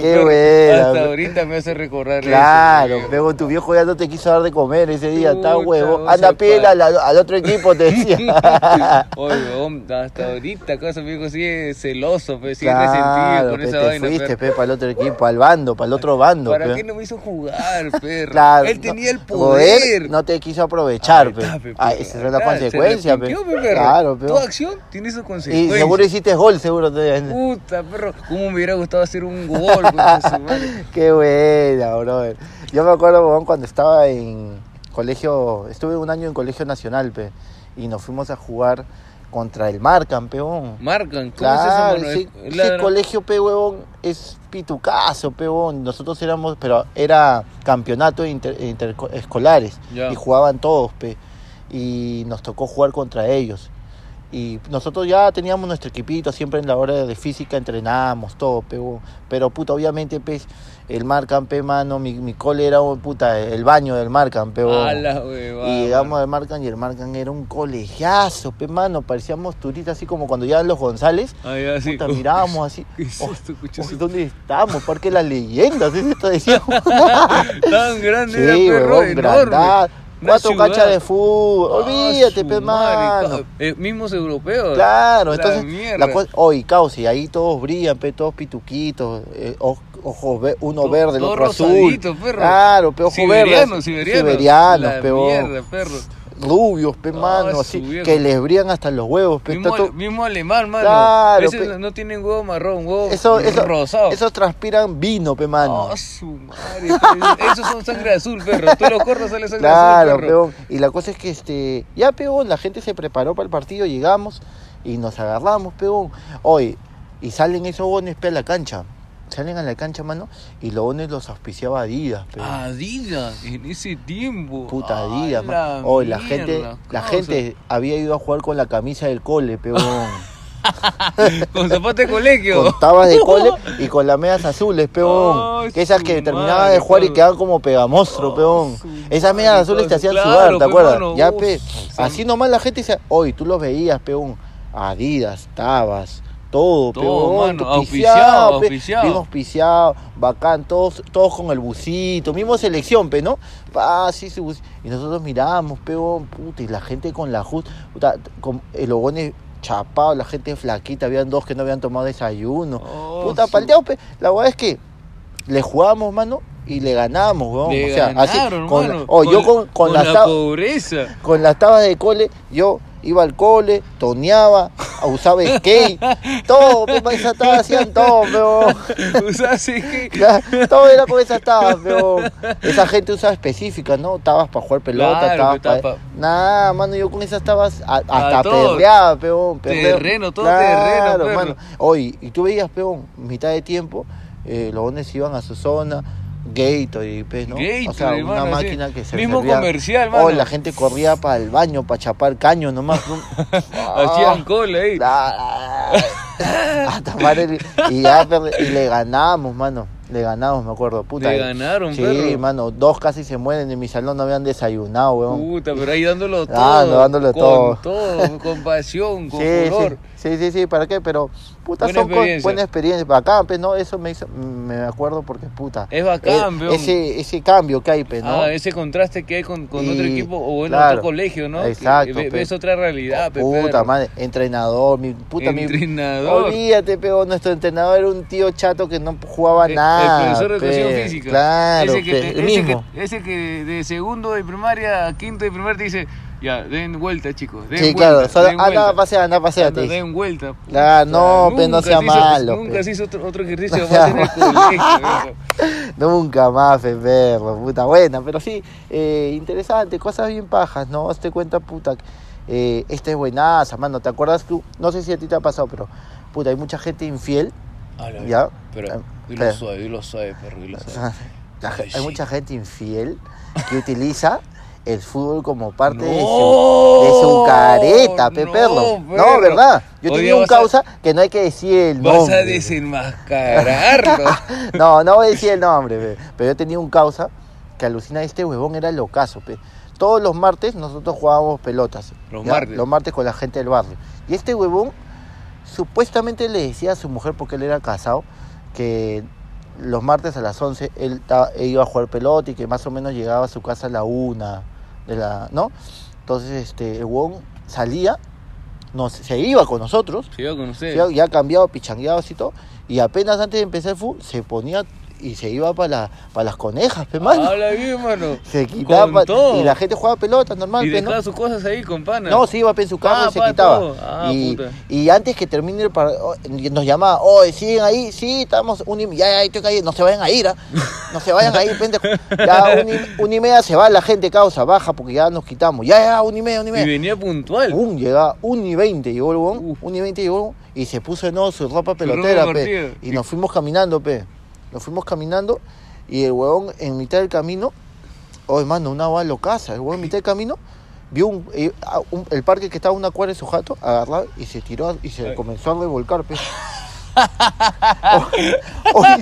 [SPEAKER 1] perro,
[SPEAKER 2] buena,
[SPEAKER 1] Hasta
[SPEAKER 2] pe-
[SPEAKER 1] ahorita me hace recordar eso,
[SPEAKER 2] Claro,
[SPEAKER 1] mi viejo.
[SPEAKER 2] pero tu viejo ya no te quiso dar de comer ese día, está
[SPEAKER 1] Puta,
[SPEAKER 2] huevo.
[SPEAKER 1] vos
[SPEAKER 2] Anda
[SPEAKER 1] se
[SPEAKER 2] pila al, al otro equipo, te decía.
[SPEAKER 1] Oye, weón, hasta ahorita, cosa, mi viejo sigue celoso, pe, sigue resentido
[SPEAKER 2] claro,
[SPEAKER 1] con
[SPEAKER 2] pe,
[SPEAKER 1] esa
[SPEAKER 2] te
[SPEAKER 1] vaina.
[SPEAKER 2] fuiste,
[SPEAKER 1] pe.
[SPEAKER 2] pe, para el otro equipo, al bando, para el otro bando.
[SPEAKER 1] ¿Para
[SPEAKER 2] pe.
[SPEAKER 1] qué no me hizo jugar, perro?
[SPEAKER 2] Claro,
[SPEAKER 1] Él
[SPEAKER 2] no-
[SPEAKER 1] tenía el
[SPEAKER 2] poder,
[SPEAKER 1] poder.
[SPEAKER 2] No te quiso aprovechar,
[SPEAKER 1] Ahí
[SPEAKER 2] pe.
[SPEAKER 1] está, pe,
[SPEAKER 2] Ah,
[SPEAKER 1] perro.
[SPEAKER 2] esa es la
[SPEAKER 1] Claro, se
[SPEAKER 2] consecuencia, pe.
[SPEAKER 1] arrepintió, perro.
[SPEAKER 2] Claro, pe.
[SPEAKER 1] Toda acción tiene sus
[SPEAKER 2] Y
[SPEAKER 1] consecuencias.
[SPEAKER 2] seguro hiciste gol, seguro. Te...
[SPEAKER 1] Puta, perro. ¿Cómo me hubiera gustado hacer un gol, con su madre?
[SPEAKER 2] Qué buena, brother. Yo me acuerdo, huevón, cuando estaba en colegio, estuve un año en colegio nacional, pe, y nos fuimos a jugar contra el mar, campeón.
[SPEAKER 1] Marcan, ¿cómo
[SPEAKER 2] Claro,
[SPEAKER 1] es eso, mano?
[SPEAKER 2] ese,
[SPEAKER 1] Es-
[SPEAKER 2] ese
[SPEAKER 1] la-
[SPEAKER 2] colegio, pe, huevón, es pitucazo, pe, huevón. Nosotros éramos, pero era campeonato inter- interescolares
[SPEAKER 1] Ya.
[SPEAKER 2] y jugaban todos, pe. Y nos tocó jugar contra ellos. Y nosotros ya teníamos nuestro equipito, siempre en la hora de física entrenábamos todo, pe, huevón. Pero, puta, obviamente, pe, el Marcan, pe, mano, mi, mi cole era, oh, puta, el baño del Marcan, pe, huevón.
[SPEAKER 1] A la huevada.
[SPEAKER 2] Y llegamos al Marcan y el Marcan era un colegiazo, pe mano, parecíamos turistas así como cuando llegan los González,
[SPEAKER 1] Ah, ya, sí.
[SPEAKER 2] puta, mirábamos así.
[SPEAKER 1] Qué
[SPEAKER 2] Oh,
[SPEAKER 1] susto, escuché
[SPEAKER 2] oh,
[SPEAKER 1] eso.
[SPEAKER 2] ¿Dónde estamos? Parque de las leyendas, eso te decíamos.
[SPEAKER 1] Tan grande era,
[SPEAKER 2] oh. sí,
[SPEAKER 1] perro,
[SPEAKER 2] huevón,
[SPEAKER 1] enorme.
[SPEAKER 2] grandad. cuatro
[SPEAKER 1] ciudad.
[SPEAKER 2] cachas de fútbol.
[SPEAKER 1] Ah,
[SPEAKER 2] Olvídate,
[SPEAKER 1] su
[SPEAKER 2] pe,
[SPEAKER 1] madre,
[SPEAKER 2] mano.
[SPEAKER 1] ca- eh, mismos europeos.
[SPEAKER 2] Claro,
[SPEAKER 1] La
[SPEAKER 2] entonces,
[SPEAKER 1] mierda.
[SPEAKER 2] la cosa, oye, causi, ahí todos brillan, pe, todos pituquitos, eh, o- ojos ve- uno
[SPEAKER 1] To-
[SPEAKER 2] verde, el
[SPEAKER 1] todo
[SPEAKER 2] otro azul.
[SPEAKER 1] rosadito, perro.
[SPEAKER 2] Claro, pe, ojos verdes.
[SPEAKER 1] Siberianos, siberianos.
[SPEAKER 2] Siberianos,
[SPEAKER 1] La
[SPEAKER 2] pe, vos.
[SPEAKER 1] mierda, perro.
[SPEAKER 2] rubios, pe,
[SPEAKER 1] Ah,
[SPEAKER 2] mano,
[SPEAKER 1] su
[SPEAKER 2] así,
[SPEAKER 1] viejo.
[SPEAKER 2] que les brillan hasta los huevos, pe,
[SPEAKER 1] Mismo,
[SPEAKER 2] Pues, está todo-
[SPEAKER 1] mismo alemán, mano.
[SPEAKER 2] Claro,
[SPEAKER 1] Ese
[SPEAKER 2] pe-
[SPEAKER 1] no- no tienen huevo marrón, huevo
[SPEAKER 2] eso, eso,
[SPEAKER 1] rosado.
[SPEAKER 2] eso transpiran vino, pe, mano.
[SPEAKER 1] Oh, su madre. pe. Esos son sangre azul, perro. Tú los corres, sale sangre
[SPEAKER 2] Claro,
[SPEAKER 1] azul, perro.
[SPEAKER 2] peón. Y la cosa es que este, ya, peón, la gente se preparó para el partido, llegamos y nos agarramos, peón. Oye, y salen esos bones, pe, a la cancha. Salen a la cancha, mano, y los bones los auspiciaba Adidas, peón.
[SPEAKER 1] Ah, Adidas, en ese tiempo.
[SPEAKER 2] Puta
[SPEAKER 1] A
[SPEAKER 2] Adidas,
[SPEAKER 1] la
[SPEAKER 2] mano. Oye, la
[SPEAKER 1] mierda,
[SPEAKER 2] gente, la
[SPEAKER 1] causa.
[SPEAKER 2] gente había ido a jugar con la camisa del cole, peón.
[SPEAKER 1] Con zapatos de colegio.
[SPEAKER 2] con tabas de cole y con las medias azules, peón.
[SPEAKER 1] Ay,
[SPEAKER 2] Que esas
[SPEAKER 1] su
[SPEAKER 2] que terminaban
[SPEAKER 1] madre,
[SPEAKER 2] de jugar y
[SPEAKER 1] claro.
[SPEAKER 2] quedaban como pegamostro,
[SPEAKER 1] Ay,
[SPEAKER 2] peón.
[SPEAKER 1] su
[SPEAKER 2] Esas medias
[SPEAKER 1] madre,
[SPEAKER 2] azules te
[SPEAKER 1] claro,
[SPEAKER 2] hacían
[SPEAKER 1] claro,
[SPEAKER 2] sudar, ¿te
[SPEAKER 1] pe,
[SPEAKER 2] acuerdas?
[SPEAKER 1] mano,
[SPEAKER 2] ya,
[SPEAKER 1] uf,
[SPEAKER 2] pe.
[SPEAKER 1] son-
[SPEAKER 2] Así nomás la gente se. Hoy tú los veías, peón. Adidas, tabas. Todo,
[SPEAKER 1] Todo,
[SPEAKER 2] peón,
[SPEAKER 1] mano,
[SPEAKER 2] tú
[SPEAKER 1] auspiciado,
[SPEAKER 2] auspiciado, pe,
[SPEAKER 1] auspiciado.
[SPEAKER 2] bien auspiciado, bacán, todos, todos con el busito, mismo selección, pe, ¿no? Ah, sí, su bus- Y nosotros miramos, peón, puta, y la gente con la justa, puta, con eh, el ogones chapado, la gente flaquita, habían dos que no habían tomado desayuno.
[SPEAKER 1] Oh,
[SPEAKER 2] Puta,
[SPEAKER 1] su-
[SPEAKER 2] palteado, pe. La verdad es que le jugamos, mano, y le ganamos, weón.
[SPEAKER 1] Le
[SPEAKER 2] o sea, así.
[SPEAKER 1] ganaron,
[SPEAKER 2] con,
[SPEAKER 1] mano,
[SPEAKER 2] oh, yo con, con
[SPEAKER 1] con
[SPEAKER 2] las
[SPEAKER 1] la
[SPEAKER 2] tab-
[SPEAKER 1] pobreza.
[SPEAKER 2] con las tabas de cole, yo iba al cole, toneaba, usaba skate, todo, pe, pa, esas tabas hacían todo, weón.
[SPEAKER 1] Usás que
[SPEAKER 2] Todo era con esas tabas, weón. Esa gente usaba específicas, ¿no? Tabas para jugar pelota,
[SPEAKER 1] Claro,
[SPEAKER 2] tabas
[SPEAKER 1] pe, tapa.
[SPEAKER 2] para. Nada, mano, yo con esas tabas a- hasta
[SPEAKER 1] todo.
[SPEAKER 2] perreaba, peón. perreo.
[SPEAKER 1] Terreno, todo
[SPEAKER 2] Claro,
[SPEAKER 1] terreno, perro.
[SPEAKER 2] mano. Oye, y tú veías, peón, mitad de tiempo, eh, los hombres iban a su zona. Gatorade, pues, ¿no? o sea,
[SPEAKER 1] Gatorade,
[SPEAKER 2] una
[SPEAKER 1] mano, sí.
[SPEAKER 2] máquina que se
[SPEAKER 1] Mismo
[SPEAKER 2] servía.
[SPEAKER 1] comercial,
[SPEAKER 2] Oh,
[SPEAKER 1] mano.
[SPEAKER 2] la gente corría para el baño, para chapar caños nomás. ¿no?
[SPEAKER 1] hacían cola ahí.
[SPEAKER 2] Ah, a tapar el- y ya perre- y le ganamos, mano. Le ganamos, me acuerdo, puta.
[SPEAKER 1] Le ganaron,
[SPEAKER 2] Sí,
[SPEAKER 1] perro.
[SPEAKER 2] mano, dos casi se mueren en mi salón, no habían desayunado, weón.
[SPEAKER 1] Puta, pero ahí dándolo todo.
[SPEAKER 2] Ah, no, dándolo
[SPEAKER 1] con
[SPEAKER 2] todo.
[SPEAKER 1] con pasión, con
[SPEAKER 2] sí,
[SPEAKER 1] furor.
[SPEAKER 2] sí, sí, sí, sí, ¿para qué? Pero, puta,
[SPEAKER 1] Buena
[SPEAKER 2] son co-
[SPEAKER 1] experiencia.
[SPEAKER 2] buena experiencia. Bacán, pues, no, eso me hizo, me acuerdo porque, puta. eh,
[SPEAKER 1] Es bacán, weón.
[SPEAKER 2] ese, ese cambio que hay, pues, ¿no?
[SPEAKER 1] Ah, ese contraste que hay con, con otro
[SPEAKER 2] Y,
[SPEAKER 1] equipo o en
[SPEAKER 2] claro,
[SPEAKER 1] otro colegio, ¿no?
[SPEAKER 2] exacto,
[SPEAKER 1] Que ve-
[SPEAKER 2] pe.
[SPEAKER 1] ves otra realidad, pe,
[SPEAKER 2] Puta
[SPEAKER 1] perro.
[SPEAKER 2] madre, entrenador, mi puta mi-
[SPEAKER 1] Entrenador.
[SPEAKER 2] Olvídate, peón, nuestro entrenador era un tío chato que no jugaba
[SPEAKER 1] Eh, El-
[SPEAKER 2] nada.
[SPEAKER 1] El profesor de educación
[SPEAKER 2] pe.
[SPEAKER 1] física.
[SPEAKER 2] Claro,
[SPEAKER 1] ese que,
[SPEAKER 2] pe,
[SPEAKER 1] te-
[SPEAKER 2] el
[SPEAKER 1] ese
[SPEAKER 2] mismo.
[SPEAKER 1] que- ese que de segundo de primaria a quinto de primaria te dice, ya, den vuelta, chicos. Den
[SPEAKER 2] sí,
[SPEAKER 1] vuelta,
[SPEAKER 2] claro, solo
[SPEAKER 1] den
[SPEAKER 2] anda,
[SPEAKER 1] vuelta".
[SPEAKER 2] pasea, anda, pasea.
[SPEAKER 1] Anda, den vuelta.
[SPEAKER 2] Claro, Ah, no,
[SPEAKER 1] Puta,
[SPEAKER 2] pe, no
[SPEAKER 1] nunca
[SPEAKER 2] sea
[SPEAKER 1] se hizo-
[SPEAKER 2] malo, pues.
[SPEAKER 1] Nunca
[SPEAKER 2] pe.
[SPEAKER 1] se hizo otro, otro ejercicio
[SPEAKER 2] No
[SPEAKER 1] más
[SPEAKER 2] sea
[SPEAKER 1] en el colegio,
[SPEAKER 2] Nunca más, pe, perro, puta buena. Pero sí, eh, interesante, cosas bien pajas, ¿no? Hazte cuenta, puta. Eh, esta es buenaza, mano. ¿Te acuerdas tú? No sé si a ti te ha pasado, pero, puta, hay mucha gente infiel,
[SPEAKER 1] viejo.
[SPEAKER 2] ¿ya? Eh, Ah,
[SPEAKER 1] Pero, dilo
[SPEAKER 2] espera.
[SPEAKER 1] suave, dilo suave, perro, dilo
[SPEAKER 2] O
[SPEAKER 1] suave.
[SPEAKER 2] sea, la ge-
[SPEAKER 1] Ay,
[SPEAKER 2] hay
[SPEAKER 1] sí.
[SPEAKER 2] mucha gente infiel que utiliza el fútbol como parte de,
[SPEAKER 1] No,
[SPEAKER 2] su, de su careta, pe,
[SPEAKER 1] no,
[SPEAKER 2] perro.
[SPEAKER 1] perro.
[SPEAKER 2] No, ¿verdad? Yo
[SPEAKER 1] Hoy
[SPEAKER 2] tenía
[SPEAKER 1] día
[SPEAKER 2] un
[SPEAKER 1] vas a-
[SPEAKER 2] causa que no hay que decir el
[SPEAKER 1] Vas
[SPEAKER 2] nombre.
[SPEAKER 1] a desenmascararlo.
[SPEAKER 2] No, no voy a decir el nombre, pe, pero yo tenía un causa que alucina este huevón era locazo, pe. Todos los martes nosotros jugábamos pelotas.
[SPEAKER 1] Los martes.
[SPEAKER 2] Los martes con la gente del barrio. Y este huevón supuestamente le decía a su mujer, porque él era casado, que los martes a las 11 él ta- él iba a jugar pelota y que más o menos llegaba a su casa a la una de la, ¿no? Entonces este el huevón salía, no, se iba con nosotros
[SPEAKER 1] Se iba con ustedes.
[SPEAKER 2] ya, ya cambiado, pichangueado así todo. Y apenas antes de empezar el fútbol, se ponía y se iba para las conejas, pe, mano.
[SPEAKER 1] Habla bien, mano.
[SPEAKER 2] se quitaba
[SPEAKER 1] Ah, con
[SPEAKER 2] pa-
[SPEAKER 1] todo.
[SPEAKER 2] y la gente jugaba pelota normal,
[SPEAKER 1] Y
[SPEAKER 2] pe, ¿no?
[SPEAKER 1] dejaba sus cosas ahí con pana.
[SPEAKER 2] No, se iba pe, en su casa
[SPEAKER 1] Ah,
[SPEAKER 2] y se
[SPEAKER 1] pa,
[SPEAKER 2] quitaba.
[SPEAKER 1] todo. Ah,
[SPEAKER 2] y,
[SPEAKER 1] puta.
[SPEAKER 2] y antes que termine el partido, nos llamaba, oye, siguen ahí, sí, estamos un y ya, ya, estoy caído, no se vayan a ir, ¿ah? no se vayan a ir, pendejo. Ya, un y, una y media se va la gente, causa, baja, porque ya nos quitamos, ya, ya, un y media, un y media.
[SPEAKER 1] Y venía puntual.
[SPEAKER 2] Boom, llegaba 1 y 20 llegó el huevón,
[SPEAKER 1] Uf.
[SPEAKER 2] 1 y 20 llegó el huevón, y se puso de nuevo su ropa pelotera,
[SPEAKER 1] ropa de
[SPEAKER 2] pe.
[SPEAKER 1] partido.
[SPEAKER 2] Y nos fuimos caminando, pe. Nos fuimos caminando y el huevón en mitad del camino, oh hermano, una agua locaza, el huevón en mitad del camino vio un, eh, a- un- el parque que estaba a una cuadra de su jato, agarrado y se tiró y se
[SPEAKER 1] Ay.
[SPEAKER 2] comenzó a revolcar, pe. O- o y,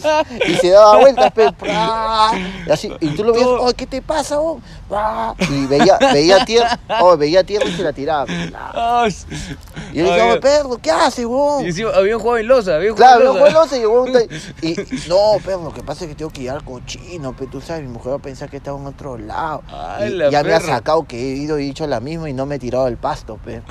[SPEAKER 2] y se daba vueltas, pe, pra, y así, y tú lo veías,
[SPEAKER 1] Todo.
[SPEAKER 2] oh, ¿qué te pasa, oh? Pra, Y veía, veía tierra, oh, veía tierra y se la tiraba. pe, la.
[SPEAKER 1] Ay,
[SPEAKER 2] Y yo le decía,
[SPEAKER 1] Ay,
[SPEAKER 2] oh, perro, ¿qué haces, vos?
[SPEAKER 1] y encima había un juego en losa, había un juego
[SPEAKER 2] Uh. Claro,
[SPEAKER 1] en
[SPEAKER 2] pero
[SPEAKER 1] losa.
[SPEAKER 2] fue el 11 y llegó un ta- Y no, pero lo que pasa es que tengo que ir al cochino, pero tú sabes, mi mujer va a pensar que estaba en otro lado.
[SPEAKER 1] Ay,
[SPEAKER 2] Y-
[SPEAKER 1] la
[SPEAKER 2] ya me ha
[SPEAKER 1] perra.
[SPEAKER 2] sacado que he ido y dicho la misma y no me he tirado del pasto, pe.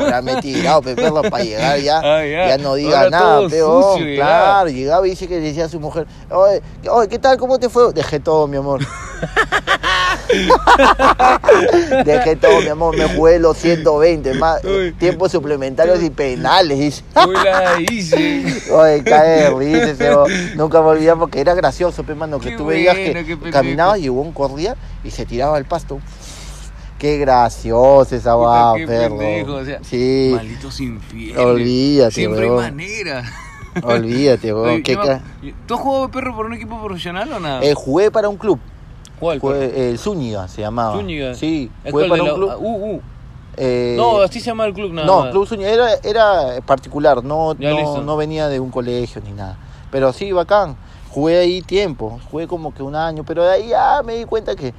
[SPEAKER 2] Ahora me he tirado, pe, perro, para llegar ya,
[SPEAKER 1] Ay, ya.
[SPEAKER 2] ya. no diga
[SPEAKER 1] Ahora
[SPEAKER 2] nada,
[SPEAKER 1] todo
[SPEAKER 2] pe, oh,
[SPEAKER 1] sucio,
[SPEAKER 2] Claro, llegaba y dice que decía a su mujer, oye, ¿qué- oye, ¿qué tal? ¿Cómo te fue? Dejé todo, mi amor. Dejé todo, mi amor, me jugué los 120, más
[SPEAKER 1] Uy.
[SPEAKER 2] tiempos suplementarios y penales, dice.
[SPEAKER 1] Uy, la hice.
[SPEAKER 2] Oye, caer, dice, ese bo- nunca me olvidar porque era gracioso, pe, mano, que
[SPEAKER 1] Qué
[SPEAKER 2] tú veías
[SPEAKER 1] bueno, qué
[SPEAKER 2] que
[SPEAKER 1] pendejo.
[SPEAKER 2] caminaba, llegó un corría y se tiraba al pasto. Qué gracioso
[SPEAKER 1] Puta,
[SPEAKER 2] esa guapa,
[SPEAKER 1] qué
[SPEAKER 2] perro.
[SPEAKER 1] pendejo, o sea,
[SPEAKER 2] sí,
[SPEAKER 1] Malditos infieles.
[SPEAKER 2] Olvídate,
[SPEAKER 1] Siempre hay
[SPEAKER 2] weón.
[SPEAKER 1] manera.
[SPEAKER 2] olvídate, weón,
[SPEAKER 1] Oye,
[SPEAKER 2] qué
[SPEAKER 1] yo me-
[SPEAKER 2] ca-
[SPEAKER 1] ¿Tú has jugado perro por un equipo profesional o nada?
[SPEAKER 2] Eh, jugué para un club,
[SPEAKER 1] Ah. ¿Cuál?
[SPEAKER 2] jugué,
[SPEAKER 1] cuál?
[SPEAKER 2] eh, el Zúñiga se llamaba.
[SPEAKER 1] Zúñiga.
[SPEAKER 2] Sí,
[SPEAKER 1] ¿Es
[SPEAKER 2] jugué
[SPEAKER 1] cuál
[SPEAKER 2] para
[SPEAKER 1] de la-
[SPEAKER 2] un club.
[SPEAKER 1] ah, uh, uh.
[SPEAKER 2] eh,
[SPEAKER 1] No, así se llama el club nada
[SPEAKER 2] No,
[SPEAKER 1] más.
[SPEAKER 2] Club Zúñiga era, era particular, no,
[SPEAKER 1] Ya,
[SPEAKER 2] no,
[SPEAKER 1] listo.
[SPEAKER 2] no venía de un colegio ni nada. Pero sí, bacán. Jugué ahí tiempo, jugué como que un año, pero de ahí ya me di cuenta que,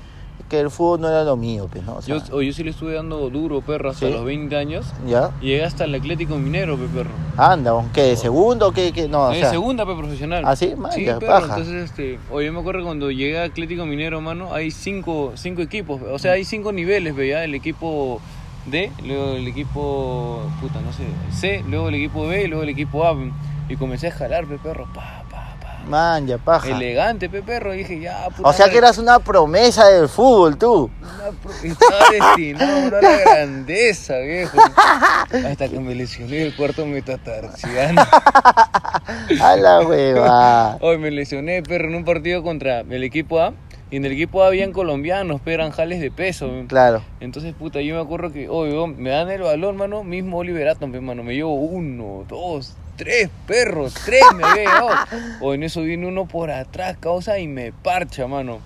[SPEAKER 2] que el fútbol no era lo mío, pues, ¿no? O sea,
[SPEAKER 1] Yo, o yo sí le estuve dando duro, perro, hasta
[SPEAKER 2] ¿Sí?
[SPEAKER 1] los 20 años.
[SPEAKER 2] ¿Ya?
[SPEAKER 1] Y llegué hasta el Atlético Minero, pe, perro.
[SPEAKER 2] Anda, ¿o ¿qué? ¿De segundo o qué? qué? No, o
[SPEAKER 1] Eh,
[SPEAKER 2] sea,
[SPEAKER 1] segunda, pe, profesional.
[SPEAKER 2] ¿Ah, sí? Man,
[SPEAKER 1] Sí,
[SPEAKER 2] ya,
[SPEAKER 1] perro.
[SPEAKER 2] paja.
[SPEAKER 1] Entonces, este, oye, yo me acuerdo cuando llegué a Atlético Minero, mano, hay cinco, cinco equipos. O sea, hay cinco niveles, pe, ya. El equipo D, luego el equipo, puta, no sé, C, luego el equipo B, y luego el equipo A. pe. Y comencé a jalar, pe, perro, pa, pa, pa.
[SPEAKER 2] man, ya paja.
[SPEAKER 1] Elegante, pe, perro. Y dije, ya, puta.
[SPEAKER 2] O sea que
[SPEAKER 1] madre,
[SPEAKER 2] eras una promesa del fútbol, tú.
[SPEAKER 1] Una pro- Estaba destinado bro, a la grandeza, viejo. Hasta que me lesioné el cuarto metatarsiano.
[SPEAKER 2] A la hueva.
[SPEAKER 1] Hoy me lesioné, perro, en un partido contra el equipo A. Y en el equipo A habían colombianos, pero eran jales de peso. men.
[SPEAKER 2] Claro.
[SPEAKER 1] Entonces, puta, yo me acuerdo que, oh, weón, me dan el balón, mano, mismo Oliverato, mano, me llevo uno, dos, tres perros, tres me había llevado. O en eso viene uno por atrás, causa, y me parcha, mano.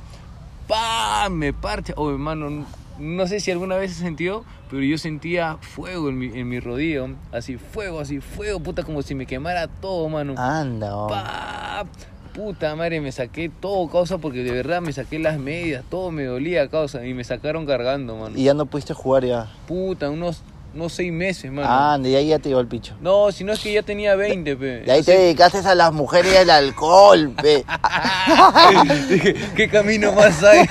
[SPEAKER 1] ¡Pam! Me parcha. Oh, mano, no sé si alguna vez he sentido, pero yo sentía fuego en mi, en mi rodilla, así, fuego, así, fuego, puta, como si me quemara todo, mano.
[SPEAKER 2] Ah, Anda, o-
[SPEAKER 1] Pa, Puta madre, me saqué todo, causa, porque de verdad me saqué las medias, todo me dolía, causa, y me sacaron cargando, mano.
[SPEAKER 2] Y ya no pudiste jugar ya.
[SPEAKER 1] Puta, unos, unos seis meses, mano.
[SPEAKER 2] Anda, y ahí ya te llegó el picho.
[SPEAKER 1] No, si no es que ya tenía 20, pe.
[SPEAKER 2] Ah. De ahí te dedicaste a las mujeres y al alcohol, pe.
[SPEAKER 1] Entonces, dije, ¿qué camino más hay?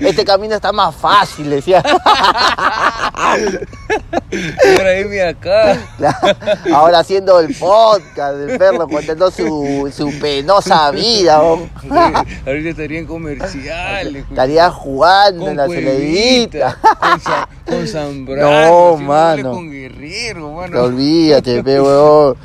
[SPEAKER 2] Este camino está más fácil, decía.
[SPEAKER 1] Traeme acá.
[SPEAKER 2] Ahora haciendo el podcast del perro, contando su, su penosa vida. ¿no?
[SPEAKER 1] Ahorita estaría en comerciales. cu-
[SPEAKER 2] Estaría jugando
[SPEAKER 1] Con
[SPEAKER 2] en la
[SPEAKER 1] Cuevita,
[SPEAKER 2] celevita.
[SPEAKER 1] con, Sa- con Zambrano,
[SPEAKER 2] No,
[SPEAKER 1] haciéndole
[SPEAKER 2] mano.
[SPEAKER 1] Con Guerrero,
[SPEAKER 2] No
[SPEAKER 1] mano.
[SPEAKER 2] olvídate, pe, huevón.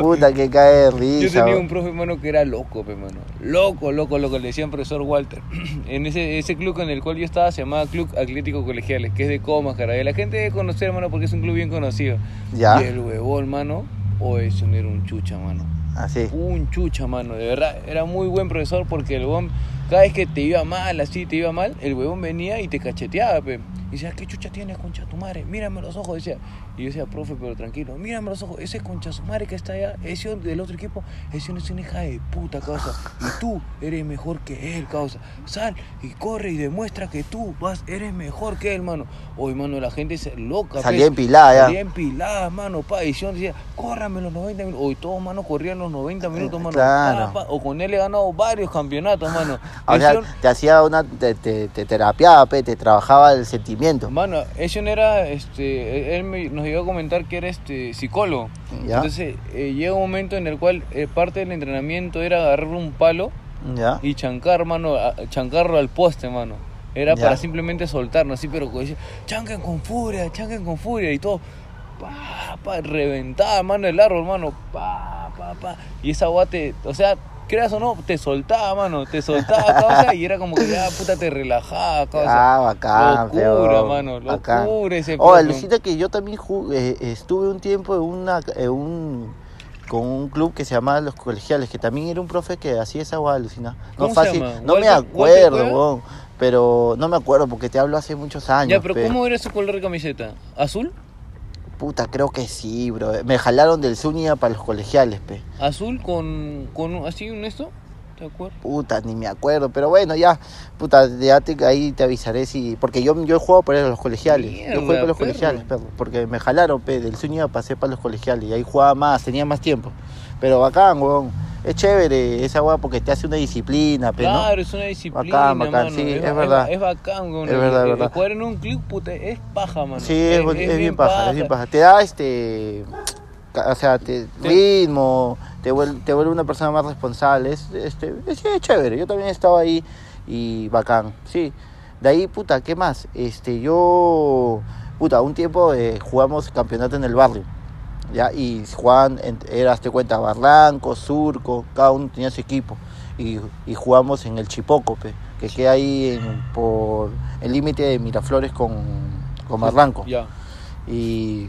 [SPEAKER 2] Puta que cae de
[SPEAKER 1] Oh. Yo
[SPEAKER 2] risa.
[SPEAKER 1] tenía un
[SPEAKER 2] huevón.
[SPEAKER 1] profe, hermano, que era loco, pe, mano. Loco, loco, loco. Le decían profesor Walter. En ese, ese club en el cual yo estaba se llamaba Club Atlético Colegiales, que es de Comas, caray. La gente debe conocer, hermano, porque es un club bien conocido.
[SPEAKER 2] Ya.
[SPEAKER 1] Y el huevón, hermano, o eso no era un chucha, mano.
[SPEAKER 2] Así.
[SPEAKER 1] Un chucha, mano. De verdad, era muy buen profesor porque el huevón, cada vez que te iba mal, así te iba mal, el huevón venía y te cacheteaba, pe. Y decía, ¿qué chucha tienes, concha tu madre? Mírame los ojos, decía. Y yo decía, profe, pero tranquilo, mírame los ojos. Ese concha su madre que está allá, ese hombre del otro equipo, ese no es una hija de puta, causa. Y tú eres mejor que él, causa. Sal y corre y demuestra que tú vas, eres mejor que él, mano. Hoy, mano, la gente es loca, pe.
[SPEAKER 2] Salía empilada
[SPEAKER 1] Salía
[SPEAKER 2] ya.
[SPEAKER 1] empilada, mano, pa. Y yo decía, córrame los 90 minutos. Hoy todos, mano, corrían los 90 minutos, mano. Pa,
[SPEAKER 2] Claro.
[SPEAKER 1] pa. O con él he ganado varios campeonatos, mano.
[SPEAKER 2] O
[SPEAKER 1] Ese
[SPEAKER 2] sea, te hacía una. Te, te, te terapiaba, pe, te trabajaba el sentimiento.
[SPEAKER 1] Mano, ese no era, este, él me- nos llegó a comentar que era este psicólogo.
[SPEAKER 2] Ya.
[SPEAKER 1] Entonces eh, llega un momento en el cual eh, parte del entrenamiento era agarrar un palo
[SPEAKER 2] Ya.
[SPEAKER 1] y chancar, mano, a- chancarlo al poste, mano. Era
[SPEAKER 2] Ya.
[SPEAKER 1] para simplemente soltarnos así, pero decía, chanquen con furia, chanquen con furia y todo. Pa, pa, reventaba, mano, el árbol, mano. Pa, pa, pa. Y esa agua te, o sea, creas o no, te soltaba, mano, te soltaba, causa, y era como que ya, puta, te relajaba, causa.
[SPEAKER 2] Ah, bacán,
[SPEAKER 1] Locura,
[SPEAKER 2] feo.
[SPEAKER 1] mano,
[SPEAKER 2] Bacán.
[SPEAKER 1] locura ese
[SPEAKER 2] Oh,
[SPEAKER 1] perro.
[SPEAKER 2] alucina que yo también ju- eh, estuve un tiempo en una, en un, con un club que se llamaba Los Colegiales, que también era un profe que hacía esa guada, alucina.
[SPEAKER 1] ¿Cómo
[SPEAKER 2] No
[SPEAKER 1] se
[SPEAKER 2] fácil,
[SPEAKER 1] llama?
[SPEAKER 2] no me
[SPEAKER 1] ¿Walter-
[SPEAKER 2] acuerdo,
[SPEAKER 1] Walter Cueva?
[SPEAKER 2] weón, pero no me acuerdo porque te hablo hace muchos años.
[SPEAKER 1] ya, pero
[SPEAKER 2] pe.
[SPEAKER 1] ¿cómo era su color de camiseta? ¿Azul?
[SPEAKER 2] Puta, creo que sí, bro. Me jalaron del Zúñiga para los colegiales, pe.
[SPEAKER 1] Azul con, con un- así un esto, ¿te acuerdas?
[SPEAKER 2] Puta, ni me acuerdo, pero bueno, ya, puta, ya te- ahí te avisaré si. Porque yo, yo he jugado por los colegiales. yo jugué
[SPEAKER 1] Mierda,
[SPEAKER 2] por los
[SPEAKER 1] perro.
[SPEAKER 2] colegiales, perro, Porque me jalaron, pe, del Zúñiga pasé para los colegiales. Y ahí jugaba más, tenía más tiempo. Pero bacán, weón. Es chévere esa weá porque te hace una disciplina, pe, ¿no?
[SPEAKER 1] Claro, es una disciplina,
[SPEAKER 2] Bacán, bacán,
[SPEAKER 1] mano.
[SPEAKER 2] sí, es
[SPEAKER 1] ba-
[SPEAKER 2] verdad.
[SPEAKER 1] ba- Es bacán, weón.
[SPEAKER 2] Es verdad, es
[SPEAKER 1] Eh,
[SPEAKER 2] verdad.
[SPEAKER 1] Jugar en un club, puta, es paja, mano.
[SPEAKER 2] Sí, es, es bien paja, es bien paja. Te da este. ca- O sea, te- ritmo, te vuelve, te vuelve una persona más responsable. Es, este, es, es chévere. Yo también estaba ahí y bacán. Sí. De ahí, puta, ¿qué más? Este, yo. Puta, un tiempo eh, jugamos campeonato en el barrio. ¿ya? Y Juan, era, hazte cuenta, Barranco, Surco, cada uno tenía su equipo. Y, y jugamos en el Chipoco, pe, que queda ahí en- por el límite de Miraflores con, con Barranco.
[SPEAKER 1] Ya.
[SPEAKER 2] Y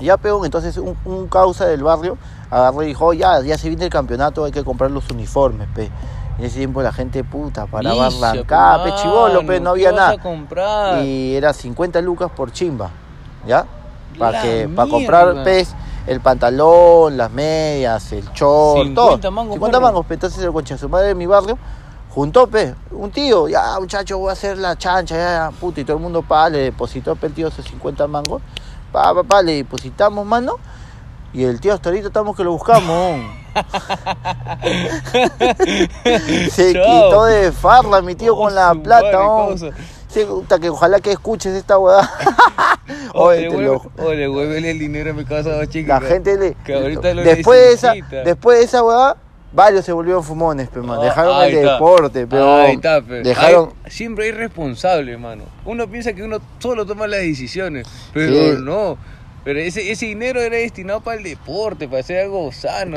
[SPEAKER 2] ya peón, entonces un, un causa del barrio agarró y dijo, "Oh, ya, ya se viene el campeonato, hay que comprar los uniformes, pe. En ese tiempo la gente puta para
[SPEAKER 1] Vicia,
[SPEAKER 2] Barranca, pe,
[SPEAKER 1] mano,
[SPEAKER 2] chivolo, pe, no
[SPEAKER 1] ¿qué
[SPEAKER 2] había
[SPEAKER 1] vas
[SPEAKER 2] nada
[SPEAKER 1] a comprar?
[SPEAKER 2] y era 50 lucas por chimba, ¿ya?
[SPEAKER 1] La
[SPEAKER 2] Para que para comprar
[SPEAKER 1] mierda.
[SPEAKER 2] pez, el pantalón, las medias, el short,
[SPEAKER 1] 50
[SPEAKER 2] todo.
[SPEAKER 1] mangos,
[SPEAKER 2] 50
[SPEAKER 1] perro.
[SPEAKER 2] mangos, pe. entonces el concha de su madre de mi barrio juntó pe, un tío, ya muchacho voy a hacer la chancha, ya, ya, puta, y todo el mundo pa, le depositó pe, el tío esos 50 mangos, pa, pa, pa, le depositamos mano. Y el tío hasta ahorita estamos que lo buscamos. Se
[SPEAKER 1] Chao.
[SPEAKER 2] quitó de farla mi tío
[SPEAKER 1] Oh,
[SPEAKER 2] con la
[SPEAKER 1] su
[SPEAKER 2] plata.
[SPEAKER 1] madre,
[SPEAKER 2] oh.
[SPEAKER 1] causa.
[SPEAKER 2] Sí, puta, que ojalá que escuches esta huevada.
[SPEAKER 1] O
[SPEAKER 2] Oye, te lo-
[SPEAKER 1] devuelve- o devuélvele el dinero a mi casa, oh, dos chicas.
[SPEAKER 2] la gente le.
[SPEAKER 1] que ahorita lo
[SPEAKER 2] después, de esa,
[SPEAKER 1] necesita.
[SPEAKER 2] después de esa huevada, varios se volvieron fumones, pe, man.
[SPEAKER 1] Ah,
[SPEAKER 2] Dejaron
[SPEAKER 1] ahí
[SPEAKER 2] el
[SPEAKER 1] está.
[SPEAKER 2] deporte, pero.
[SPEAKER 1] Ahí está, pe.
[SPEAKER 2] Dejaron.
[SPEAKER 1] Hay- siempre hay responsable, mano. Uno piensa que uno solo toma las decisiones, pero
[SPEAKER 2] Sí.
[SPEAKER 1] no. Pero ese, ese dinero era destinado para el deporte, para hacer algo sano.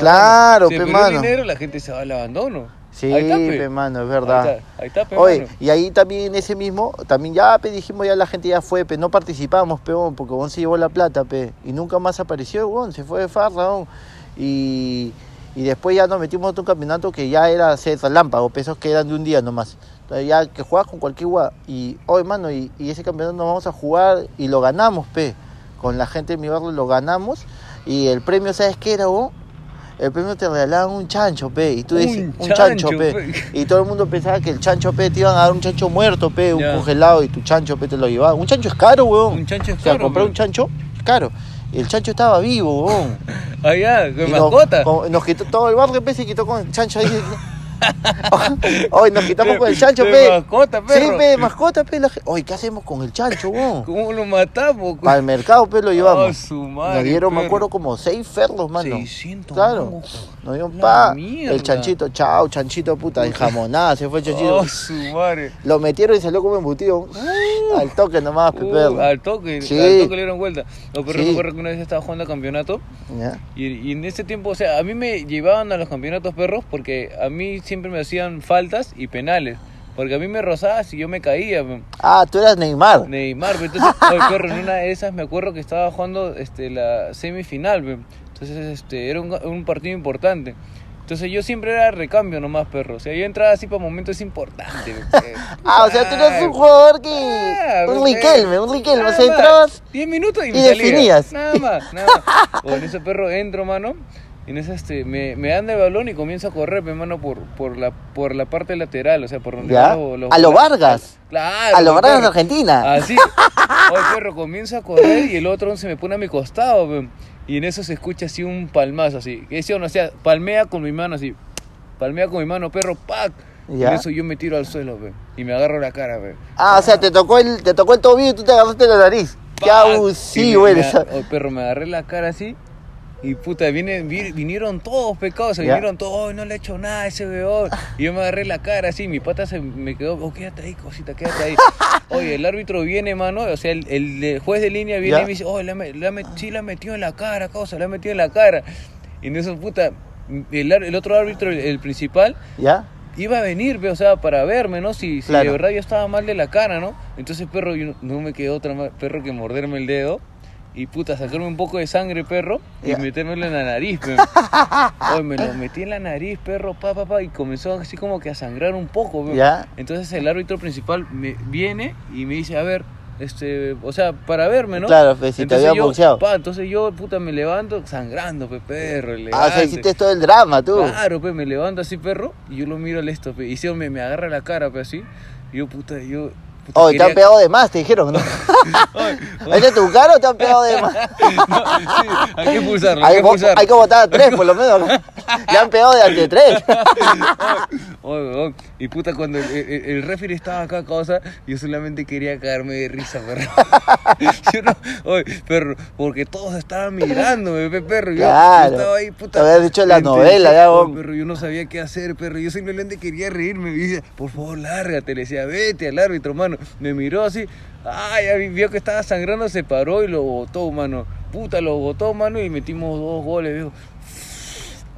[SPEAKER 1] mano. Se
[SPEAKER 2] Claro, pe,
[SPEAKER 1] perdió el
[SPEAKER 2] mano.
[SPEAKER 1] dinero, la gente se va al abandono.
[SPEAKER 2] Sí,
[SPEAKER 1] Ahí está,
[SPEAKER 2] pe, mano, es verdad.
[SPEAKER 1] Ahí está, ahí está, pues, pe,
[SPEAKER 2] Oye,
[SPEAKER 1] mano.
[SPEAKER 2] y ahí también ese mismo, también ya pe, dijimos, ya la gente ya fue, pe, no participamos, peón, porque Bon se llevó la plata, pe, y nunca más apareció, Bon, se fue de farra, bon. Y, y después ya nos metimos a otro campeonato que ya era César Lámpago, pesos que eran de un día nomás. Entonces, ya que jugabas con cualquier guá, y hoy, mano, y, y ese campeonato nos vamos a jugar y lo ganamos, pe, con la gente de mi barrio lo ganamos, y el premio, ¿sabes qué era, bon? El premio te regalaban un chancho, pe, y tú
[SPEAKER 1] Un
[SPEAKER 2] dices, un
[SPEAKER 1] chancho,
[SPEAKER 2] chancho, pe.
[SPEAKER 1] pe.
[SPEAKER 2] Y todo el mundo pensaba que el chancho, pe, te iban a dar un chancho muerto, pe, un
[SPEAKER 1] Ya.
[SPEAKER 2] congelado, y tu chancho, pe, te lo llevaban. Un chancho es caro, weón.
[SPEAKER 1] Un chancho es
[SPEAKER 2] O sea,
[SPEAKER 1] caro,
[SPEAKER 2] comprar
[SPEAKER 1] pe.
[SPEAKER 2] un chancho es caro. Y el chancho estaba vivo, weón.
[SPEAKER 1] Allá, ah, con
[SPEAKER 2] Y
[SPEAKER 1] mascota.
[SPEAKER 2] Nos, con- nos quitó todo el barrio, pe, se quitó con el chancho ahí. Hoy nos quitamos con el chancho,
[SPEAKER 1] De
[SPEAKER 2] pe.
[SPEAKER 1] mascota,
[SPEAKER 2] Sí,
[SPEAKER 1] perro.
[SPEAKER 2] pe, mascota, pe. la gen- Oye, ¿qué hacemos con el chancho, weón?
[SPEAKER 1] ¿Cómo lo matamos?
[SPEAKER 2] Para el mercado, pe, lo llevamos.
[SPEAKER 1] Ah, su madre,
[SPEAKER 2] nos dieron, me
[SPEAKER 1] perro.
[SPEAKER 2] acuerdo, como seis ferros, mano.
[SPEAKER 1] 600
[SPEAKER 2] Claro.
[SPEAKER 1] mangos.
[SPEAKER 2] Nos dieron
[SPEAKER 1] La
[SPEAKER 2] pa.
[SPEAKER 1] mierda.
[SPEAKER 2] El chanchito, chao, chanchito, puta. Enjamonada, se fue el chanchito.
[SPEAKER 1] Oh, su madre.
[SPEAKER 2] Lo metieron y salió como embutido. al toque nomás, pe,
[SPEAKER 1] Uh,
[SPEAKER 2] perro.
[SPEAKER 1] al toque,
[SPEAKER 2] Sí.
[SPEAKER 1] al toque le dieron vuelta. No, pero
[SPEAKER 2] Sí.
[SPEAKER 1] me acuerdo que una vez estaba jugando a campeonato
[SPEAKER 2] Ya.
[SPEAKER 1] y, y en ese tiempo, o sea, a mí me llevaban a los campeonatos perros porque a mí siempre me hacían faltas y penales. Porque a mí me rozaba si yo me caía. pe.
[SPEAKER 2] Ah, tú eras Neymar.
[SPEAKER 1] Neymar, pe. entonces, oye, perro, en una de esas me acuerdo que estaba jugando este, la semifinal, pe. entonces este, era un, un partido importante. Entonces yo siempre era recambio nomás, perro. O sea, yo entraba así para momentos importantes. pe.
[SPEAKER 2] Ah, o sea, tú eras
[SPEAKER 1] Ay,
[SPEAKER 2] un jugador que.
[SPEAKER 1] Ah,
[SPEAKER 2] un
[SPEAKER 1] pues,
[SPEAKER 2] Riquelme, un Riquelme. O
[SPEAKER 1] nada
[SPEAKER 2] sea,
[SPEAKER 1] más.
[SPEAKER 2] entrabas.
[SPEAKER 1] 10 minutos y,
[SPEAKER 2] y
[SPEAKER 1] me salía.
[SPEAKER 2] definías.
[SPEAKER 1] Nada más, nada más. O en ese perro entro, mano. y En ese, este, me, me anda el balón y comienzo a correr, mi mano, por, por, la, por la parte lateral, o sea, por donde
[SPEAKER 2] Ya.
[SPEAKER 1] van los- los-
[SPEAKER 2] A lo Vargas.
[SPEAKER 1] Claro.
[SPEAKER 2] A lo
[SPEAKER 1] mi
[SPEAKER 2] Vargas de
[SPEAKER 1] perro.
[SPEAKER 2] Argentina.
[SPEAKER 1] Así. Oye, perro, comienza a correr y el otro se me pone a mi costado, weón. Y en eso se escucha así un palmazo, así. Ese o no, o sea, palmea con mi mano, así. Palmea con mi mano, perro, ¡pac! Y
[SPEAKER 2] Ya.
[SPEAKER 1] en eso yo me tiro al suelo, weón. Y me agarro la cara, weón.
[SPEAKER 2] Ah, o sea, te tocó el, te tocó el tobillo y tú te agarraste la nariz. Qué
[SPEAKER 1] ¡Pac! Y
[SPEAKER 2] abusivo
[SPEAKER 1] Ah, me- me
[SPEAKER 2] eres.
[SPEAKER 1] a- oh, perro, me agarré la cara así. Y puta, viene- vi- vinieron todos pecados, se
[SPEAKER 2] Ya.
[SPEAKER 1] vinieron todos, "Ay, no le he hecho nada a ese weón. Y yo me agarré la cara así, mi pata se me quedó, oh, quédate ahí, cosita, quédate ahí. Oye, el árbitro viene, mano, o sea, el, el de- juez de línea viene
[SPEAKER 2] Ya.
[SPEAKER 1] y me dice, oh, la, me- la me- sí la metió en la cara, causa, la metió en la cara. Y en eso, puta, el, ar- el otro árbitro, el, el principal,
[SPEAKER 2] ¿Ya?
[SPEAKER 1] iba a venir, pe, o sea, para verme, ¿no? Si, si
[SPEAKER 2] Claro.
[SPEAKER 1] de verdad yo estaba mal de la cara, ¿no? Entonces, perro, yo no- no me quedó otra ma- perro que morderme el dedo y puta, sacarme un poco de sangre, perro, y
[SPEAKER 2] Ya.
[SPEAKER 1] metérmelo en la nariz, pe. Oye, me lo metí en la nariz, perro, pa, pa, pa, y comenzó así como que a sangrar un poco, pe.
[SPEAKER 2] ¿Ya?
[SPEAKER 1] Entonces el árbitro principal me viene y me dice, a ver, este, o sea, para verme, ¿no?
[SPEAKER 2] Claro, pues, si te
[SPEAKER 1] Entonces
[SPEAKER 2] habían
[SPEAKER 1] yo,
[SPEAKER 2] boxeado.
[SPEAKER 1] pa, entonces yo, puta, me levanto sangrando, pe, perro,
[SPEAKER 2] Ah, o sea,
[SPEAKER 1] elegante.
[SPEAKER 2] hiciste todo el drama, tú.
[SPEAKER 1] Claro, pe, me levanto así, perro, y yo lo miro al esto, pe, y si me, me agarra la cara, pe, así, y yo, puta, yo... puta,
[SPEAKER 2] Oh, y te han
[SPEAKER 1] quería-
[SPEAKER 2] pegado de más, te dijeron, ¿no? ¿Es de tu cara o te han pegado de más?
[SPEAKER 1] No, sí, hay que pulsarlo, hay
[SPEAKER 2] Hay,
[SPEAKER 1] que
[SPEAKER 2] bo-
[SPEAKER 1] pulsarlo.
[SPEAKER 2] hay que botar a tres, por lo menos. Le han pegado de ante tres.
[SPEAKER 1] Oye, weón, Oh, Y puta, cuando el, el, el referee estaba acá, cosa, yo solamente quería cagarme de risa, perro. Yo no- oye, perro, porque todos estaban mirando, bebé, perro. Yo, yo
[SPEAKER 2] Claro.
[SPEAKER 1] estaba ahí, puta.
[SPEAKER 2] Te habías dicho la
[SPEAKER 1] entre-
[SPEAKER 2] novela, ya,
[SPEAKER 1] oye,
[SPEAKER 2] weón.
[SPEAKER 1] Perro, yo no sabía qué hacer, perro. Yo simplemente quería reírme. Y decía, por favor, lárgate. Le decía, vete al árbitro, mano. Me miró así. Ah, ya vi- vio que estaba sangrando, se paró y lo botó, mano. Puta, lo botó, mano, y metimos dos goles, viejo.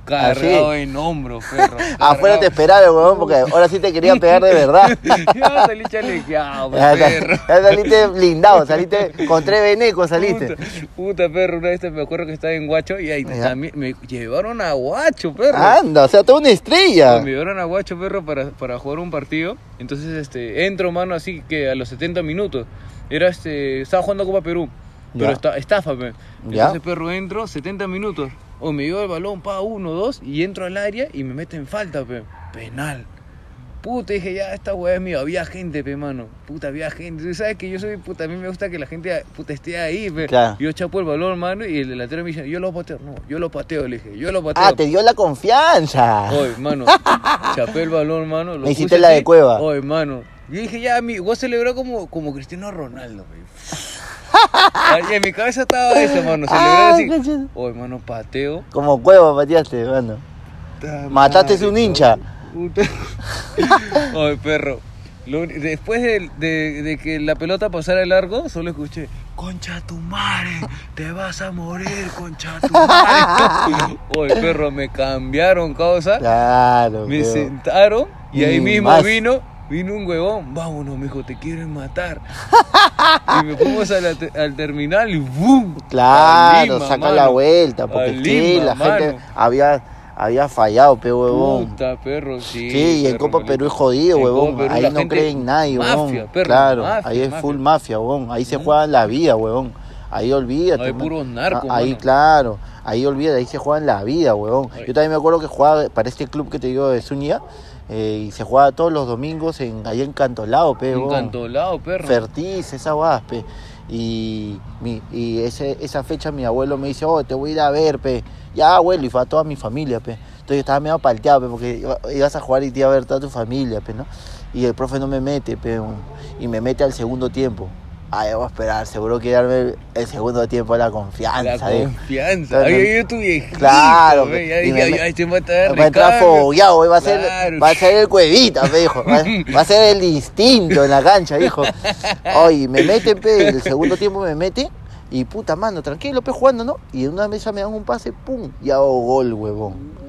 [SPEAKER 1] Cargado en hombro, perro.
[SPEAKER 2] Afuera
[SPEAKER 1] cargado.
[SPEAKER 2] te esperaron, weón, porque ahora sí te querían pegar de verdad.
[SPEAKER 1] Ya salí chalequeado,
[SPEAKER 2] Ya,
[SPEAKER 1] perro.
[SPEAKER 2] sal- ya saliste blindado, saliste con tres venecos, saliste.
[SPEAKER 1] Puta, puta, perro, una vez me acuerdo que estaba en Guacho y ahí
[SPEAKER 2] Ya. Ah,
[SPEAKER 1] también me llevaron a Guacho, perro.
[SPEAKER 2] Anda, o sea, toda una estrella.
[SPEAKER 1] Pues Me llevaron a Guacho, perro, para, para jugar un partido. Entonces, este, entro, mano, así que a los 70 minutos. Era este, estaba jugando Copa Perú, pero
[SPEAKER 2] Ya.
[SPEAKER 1] esta, estafa, pe.
[SPEAKER 2] Ya.
[SPEAKER 1] Entonces, perro, entro, 70 minutos. O me llevo el balón, pa, uno, dos, y entro al área y me meten falta, pe. Penal. Puta, dije, ya, esta weá es mía. Había gente, pe, mano. Puta, había gente. Tú sabes que yo soy, puta, a mí me gusta que la gente, puta, esté ahí, pe.
[SPEAKER 2] Claro.
[SPEAKER 1] Yo chapo el balón, mano, y el delantero me dice, yo lo pateo. No, yo lo pateo, le dije, yo lo pateo.
[SPEAKER 2] Ah, te dio la confianza.
[SPEAKER 1] Oye, mano, chapé el balón, mano. lo
[SPEAKER 2] Ah. Me hiciste
[SPEAKER 1] puse
[SPEAKER 2] la
[SPEAKER 1] así.
[SPEAKER 2] de Cueva.
[SPEAKER 1] Oye, mano. Yo dije, ya, mi vos celebró como, como Cristiano Ronaldo, güey. Ay, en mi cabeza estaba eso, mano.
[SPEAKER 2] Ah,
[SPEAKER 1] Celebrar así.
[SPEAKER 2] cachete.
[SPEAKER 1] Oye, mano, pateo.
[SPEAKER 2] Como cueva pateaste, mano.
[SPEAKER 1] Ta
[SPEAKER 2] Mataste
[SPEAKER 1] madre,
[SPEAKER 2] un hincha.
[SPEAKER 1] puta. Oye, perro. lo uni- después de, de- de que la pelota pasara de largo, solo escuché, concha tu madre, te vas a morir, concha tu madre. Oye, perro, me cambiaron causa.
[SPEAKER 2] Claro,
[SPEAKER 1] Me
[SPEAKER 2] weón.
[SPEAKER 1] sentaron y ahí
[SPEAKER 2] Ni
[SPEAKER 1] mismo
[SPEAKER 2] más.
[SPEAKER 1] vino, vino un huevón, vámonos, mijo, te quieren matar. y me fuimos a la te- al terminal y ¡boom! A
[SPEAKER 2] Claro,
[SPEAKER 1] Lima,
[SPEAKER 2] saca
[SPEAKER 1] mano.
[SPEAKER 2] la vuelta,
[SPEAKER 1] A
[SPEAKER 2] porque sí,
[SPEAKER 1] Lima,
[SPEAKER 2] la gente
[SPEAKER 1] mano.
[SPEAKER 2] había, había fallado, pe huevón.
[SPEAKER 1] Puta, perro, sí.
[SPEAKER 2] Sí, y en
[SPEAKER 1] perro,
[SPEAKER 2] Copa
[SPEAKER 1] malito.
[SPEAKER 2] Perú es jodido,
[SPEAKER 1] En
[SPEAKER 2] huevón.
[SPEAKER 1] Copa Perú
[SPEAKER 2] ahí
[SPEAKER 1] la
[SPEAKER 2] no
[SPEAKER 1] gente-
[SPEAKER 2] creen en nadie, huevón.
[SPEAKER 1] Mafia, perro,
[SPEAKER 2] claro,
[SPEAKER 1] mafia,
[SPEAKER 2] ahí es
[SPEAKER 1] mafia. Mm.
[SPEAKER 2] full mafia, huevón. Ahí se juegan la vida, huevón. Ahí olvídate.
[SPEAKER 1] Hay
[SPEAKER 2] man.
[SPEAKER 1] puros narcos,
[SPEAKER 2] Ah, Ahí,
[SPEAKER 1] mano.
[SPEAKER 2] claro. Ahí olvídate, ahí se juegan la vida, huevón.
[SPEAKER 1] Ay.
[SPEAKER 2] Yo también me acuerdo que jugaba para este club que te digo de Zúñiga. eh, y se jugaba todos los domingos en, ahí en Cantolao, pe, huevón.
[SPEAKER 1] Encantolado, perro.
[SPEAKER 2] Fertiz, esa guaspe. Y, mi- y ese, esa fecha mi abuelo me dice, oh, te voy a ir a ver, pe. Ya, abuelo, y fue a toda mi familia, pe. Entonces yo estaba medio palteado, pe, porque iba- ibas a jugar y te iba a ver toda tu familia, pe, ¿no? Y el profe no me mete, pe, un- y me mete al segundo tiempo. Ah, ya voy a esperar, seguro que darme el, el segundo tiempo la
[SPEAKER 1] La
[SPEAKER 2] confianza, eh.
[SPEAKER 1] confianza.
[SPEAKER 2] Entonces,
[SPEAKER 1] Ahí yo tu viejito.
[SPEAKER 2] Claro,
[SPEAKER 1] ve,
[SPEAKER 2] pe,
[SPEAKER 1] Ya
[SPEAKER 2] y
[SPEAKER 1] dije,
[SPEAKER 2] me-
[SPEAKER 1] ay, ay, te va a traer
[SPEAKER 2] Va a entrar
[SPEAKER 1] recambio.
[SPEAKER 2] fogueado, va a ser,
[SPEAKER 1] Claro.
[SPEAKER 2] va a ser el cuevita, me dijo. Va, va a ser el instinto en la cancha, dijo. Oye, me mete, pe, el segundo tiempo me mete. Y puta mano, tranquilo, pe, jugando, ¿no? Y en una mesa me dan un pase, pum, y hago gol, huevón.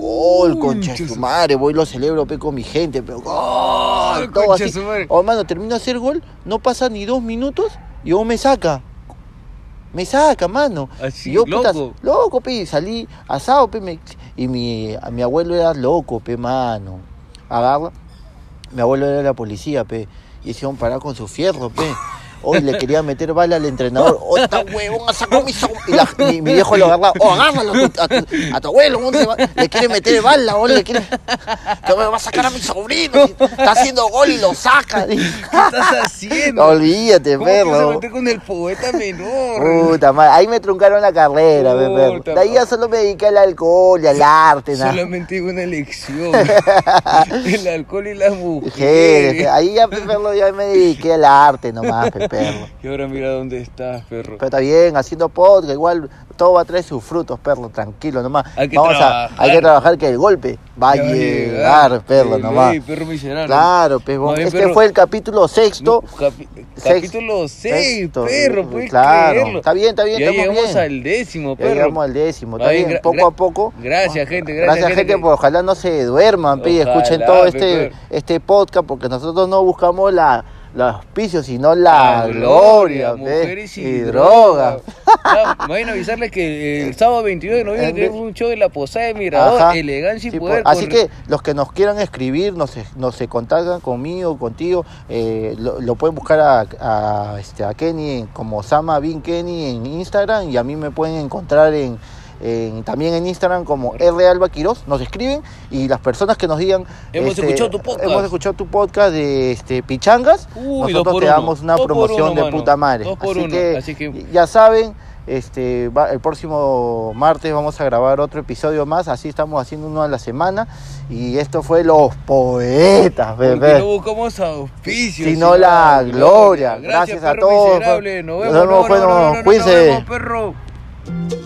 [SPEAKER 2] Gol,
[SPEAKER 1] Uy,
[SPEAKER 2] concha de
[SPEAKER 1] chus-
[SPEAKER 2] su madre, voy y lo celebro, pe, con mi gente, pero gol, todo
[SPEAKER 1] concha de
[SPEAKER 2] así.
[SPEAKER 1] su madre.
[SPEAKER 2] Oh, mano, termino de hacer gol, no pasa ni dos minutos y vos me saca. Me saca, mano.
[SPEAKER 1] Así,
[SPEAKER 2] Y yo, puta,
[SPEAKER 1] Ah, loco.
[SPEAKER 2] loco, pe, salí asado, pe, me- y mi, a mi abuelo era loco, pe, mano. Agarra, mi abuelo era la policía, pe, y hicieron parar con su fierro, pe. Hoy le quería meter bala al entrenador. Oh, está huevón, ha sacado mi sab-". Y la- mi, mi viejo lo agarraba. Oh, agárralo a tu, a tu- a tu abuelo, ¿dónde va? Le quiere meter bala, oh, le quiere. Que me va a sacar a mi sobrino. Está haciendo gol y lo saca.
[SPEAKER 1] ¿Qué estás haciendo?
[SPEAKER 2] Olvídate,
[SPEAKER 1] ¿Cómo te vas a
[SPEAKER 2] perro.
[SPEAKER 1] meter con el poeta menor?
[SPEAKER 2] Puta madre, ahí me truncaron la carrera, pe, perro.
[SPEAKER 1] Puta
[SPEAKER 2] De ahí ya
[SPEAKER 1] madre.
[SPEAKER 2] solo me dediqué al alcohol y al arte, nada.
[SPEAKER 1] Solamente hubo una elección. el alcohol y las
[SPEAKER 2] Mujeres,
[SPEAKER 1] mujeres.
[SPEAKER 2] pe, ahí ya, pe, perro, ya me dediqué al arte nomás, pe, perro.
[SPEAKER 1] Y ahora mira dónde estás, perro.
[SPEAKER 2] Pero está bien, haciendo podcast, igual todo va a traer sus frutos, perro, tranquilo nomás.
[SPEAKER 1] Hay que
[SPEAKER 2] a, hay que trabajar que el golpe va a
[SPEAKER 1] Ya va a
[SPEAKER 2] llegar, perro,
[SPEAKER 1] Eh,
[SPEAKER 2] nomás.
[SPEAKER 1] ey, perro miserable.
[SPEAKER 2] Claro, pe,
[SPEAKER 1] Más bien,
[SPEAKER 2] este
[SPEAKER 1] perro,
[SPEAKER 2] fue el capítulo sexto.
[SPEAKER 1] capi-
[SPEAKER 2] sexto-
[SPEAKER 1] capítulo 6,
[SPEAKER 2] sexto,
[SPEAKER 1] perro,
[SPEAKER 2] eh,
[SPEAKER 1] puedes
[SPEAKER 2] claro.
[SPEAKER 1] creerlo.
[SPEAKER 2] Está bien, está bien,
[SPEAKER 1] Ya
[SPEAKER 2] estamos
[SPEAKER 1] llegamos
[SPEAKER 2] bien.
[SPEAKER 1] al décimo,
[SPEAKER 2] Ya
[SPEAKER 1] perro.
[SPEAKER 2] llegamos al décimo, está
[SPEAKER 1] Ay,
[SPEAKER 2] bien,
[SPEAKER 1] gra-
[SPEAKER 2] poco
[SPEAKER 1] gra-
[SPEAKER 2] a poco.
[SPEAKER 1] Gracias, gente, gracias,
[SPEAKER 2] Gracias, gente, pues,
[SPEAKER 1] que-
[SPEAKER 2] por ojalá no se duerman, pe, y escuchen
[SPEAKER 1] Ojalá,
[SPEAKER 2] todo
[SPEAKER 1] pe,
[SPEAKER 2] este,
[SPEAKER 1] perro.
[SPEAKER 2] este podcast, porque nosotros no buscamos la los auspicios, sino la, Ah, gloria, pe,
[SPEAKER 1] mujeres y,
[SPEAKER 2] drogas.
[SPEAKER 1] drogas. Ya, me vayan a avisarles que el sábado 22 de noviembre
[SPEAKER 2] En-
[SPEAKER 1] tenemos un show en la Posada de Mirador,
[SPEAKER 2] Ajá.
[SPEAKER 1] Elegancia y
[SPEAKER 2] Sí,
[SPEAKER 1] Poder.
[SPEAKER 2] pues, Así
[SPEAKER 1] con-
[SPEAKER 2] que los que nos quieran escribir, nos, es- nos se contactan conmigo, contigo, eh, lo, lo pueden buscar a, a, este, a Kenny en- como Sama Bin Kenny en Instagram y a mí me pueden encontrar en, en- también en Instagram como R Alba Quiroz, nos escriben y las personas que nos digan este,
[SPEAKER 1] Hemos escuchado tu podcast.
[SPEAKER 2] hemos escuchado tu podcast de este, Pichangas,
[SPEAKER 1] Uy, dos
[SPEAKER 2] nosotros
[SPEAKER 1] por
[SPEAKER 2] te
[SPEAKER 1] uno.
[SPEAKER 2] damos una
[SPEAKER 1] Dos por
[SPEAKER 2] promoción
[SPEAKER 1] uno,
[SPEAKER 2] de
[SPEAKER 1] mano.
[SPEAKER 2] puta madre.
[SPEAKER 1] Dos por
[SPEAKER 2] así,
[SPEAKER 1] uno,
[SPEAKER 2] Que,
[SPEAKER 1] así que-
[SPEAKER 2] ya saben, este, va- el próximo martes vamos a grabar otro episodio más, así estamos haciendo uno a la semana. Y esto fue Los Poetas,
[SPEAKER 1] porque
[SPEAKER 2] bebé.
[SPEAKER 1] no buscamos auspicios.
[SPEAKER 2] Sino la gloria. Gracias a
[SPEAKER 1] perro
[SPEAKER 2] todos.
[SPEAKER 1] miserable. Nos
[SPEAKER 2] Nos
[SPEAKER 1] vemos, no, no,
[SPEAKER 2] vemos,
[SPEAKER 1] no,
[SPEAKER 2] bueno,
[SPEAKER 1] no, no, nos
[SPEAKER 2] cuídense.
[SPEAKER 1] vemos, perro.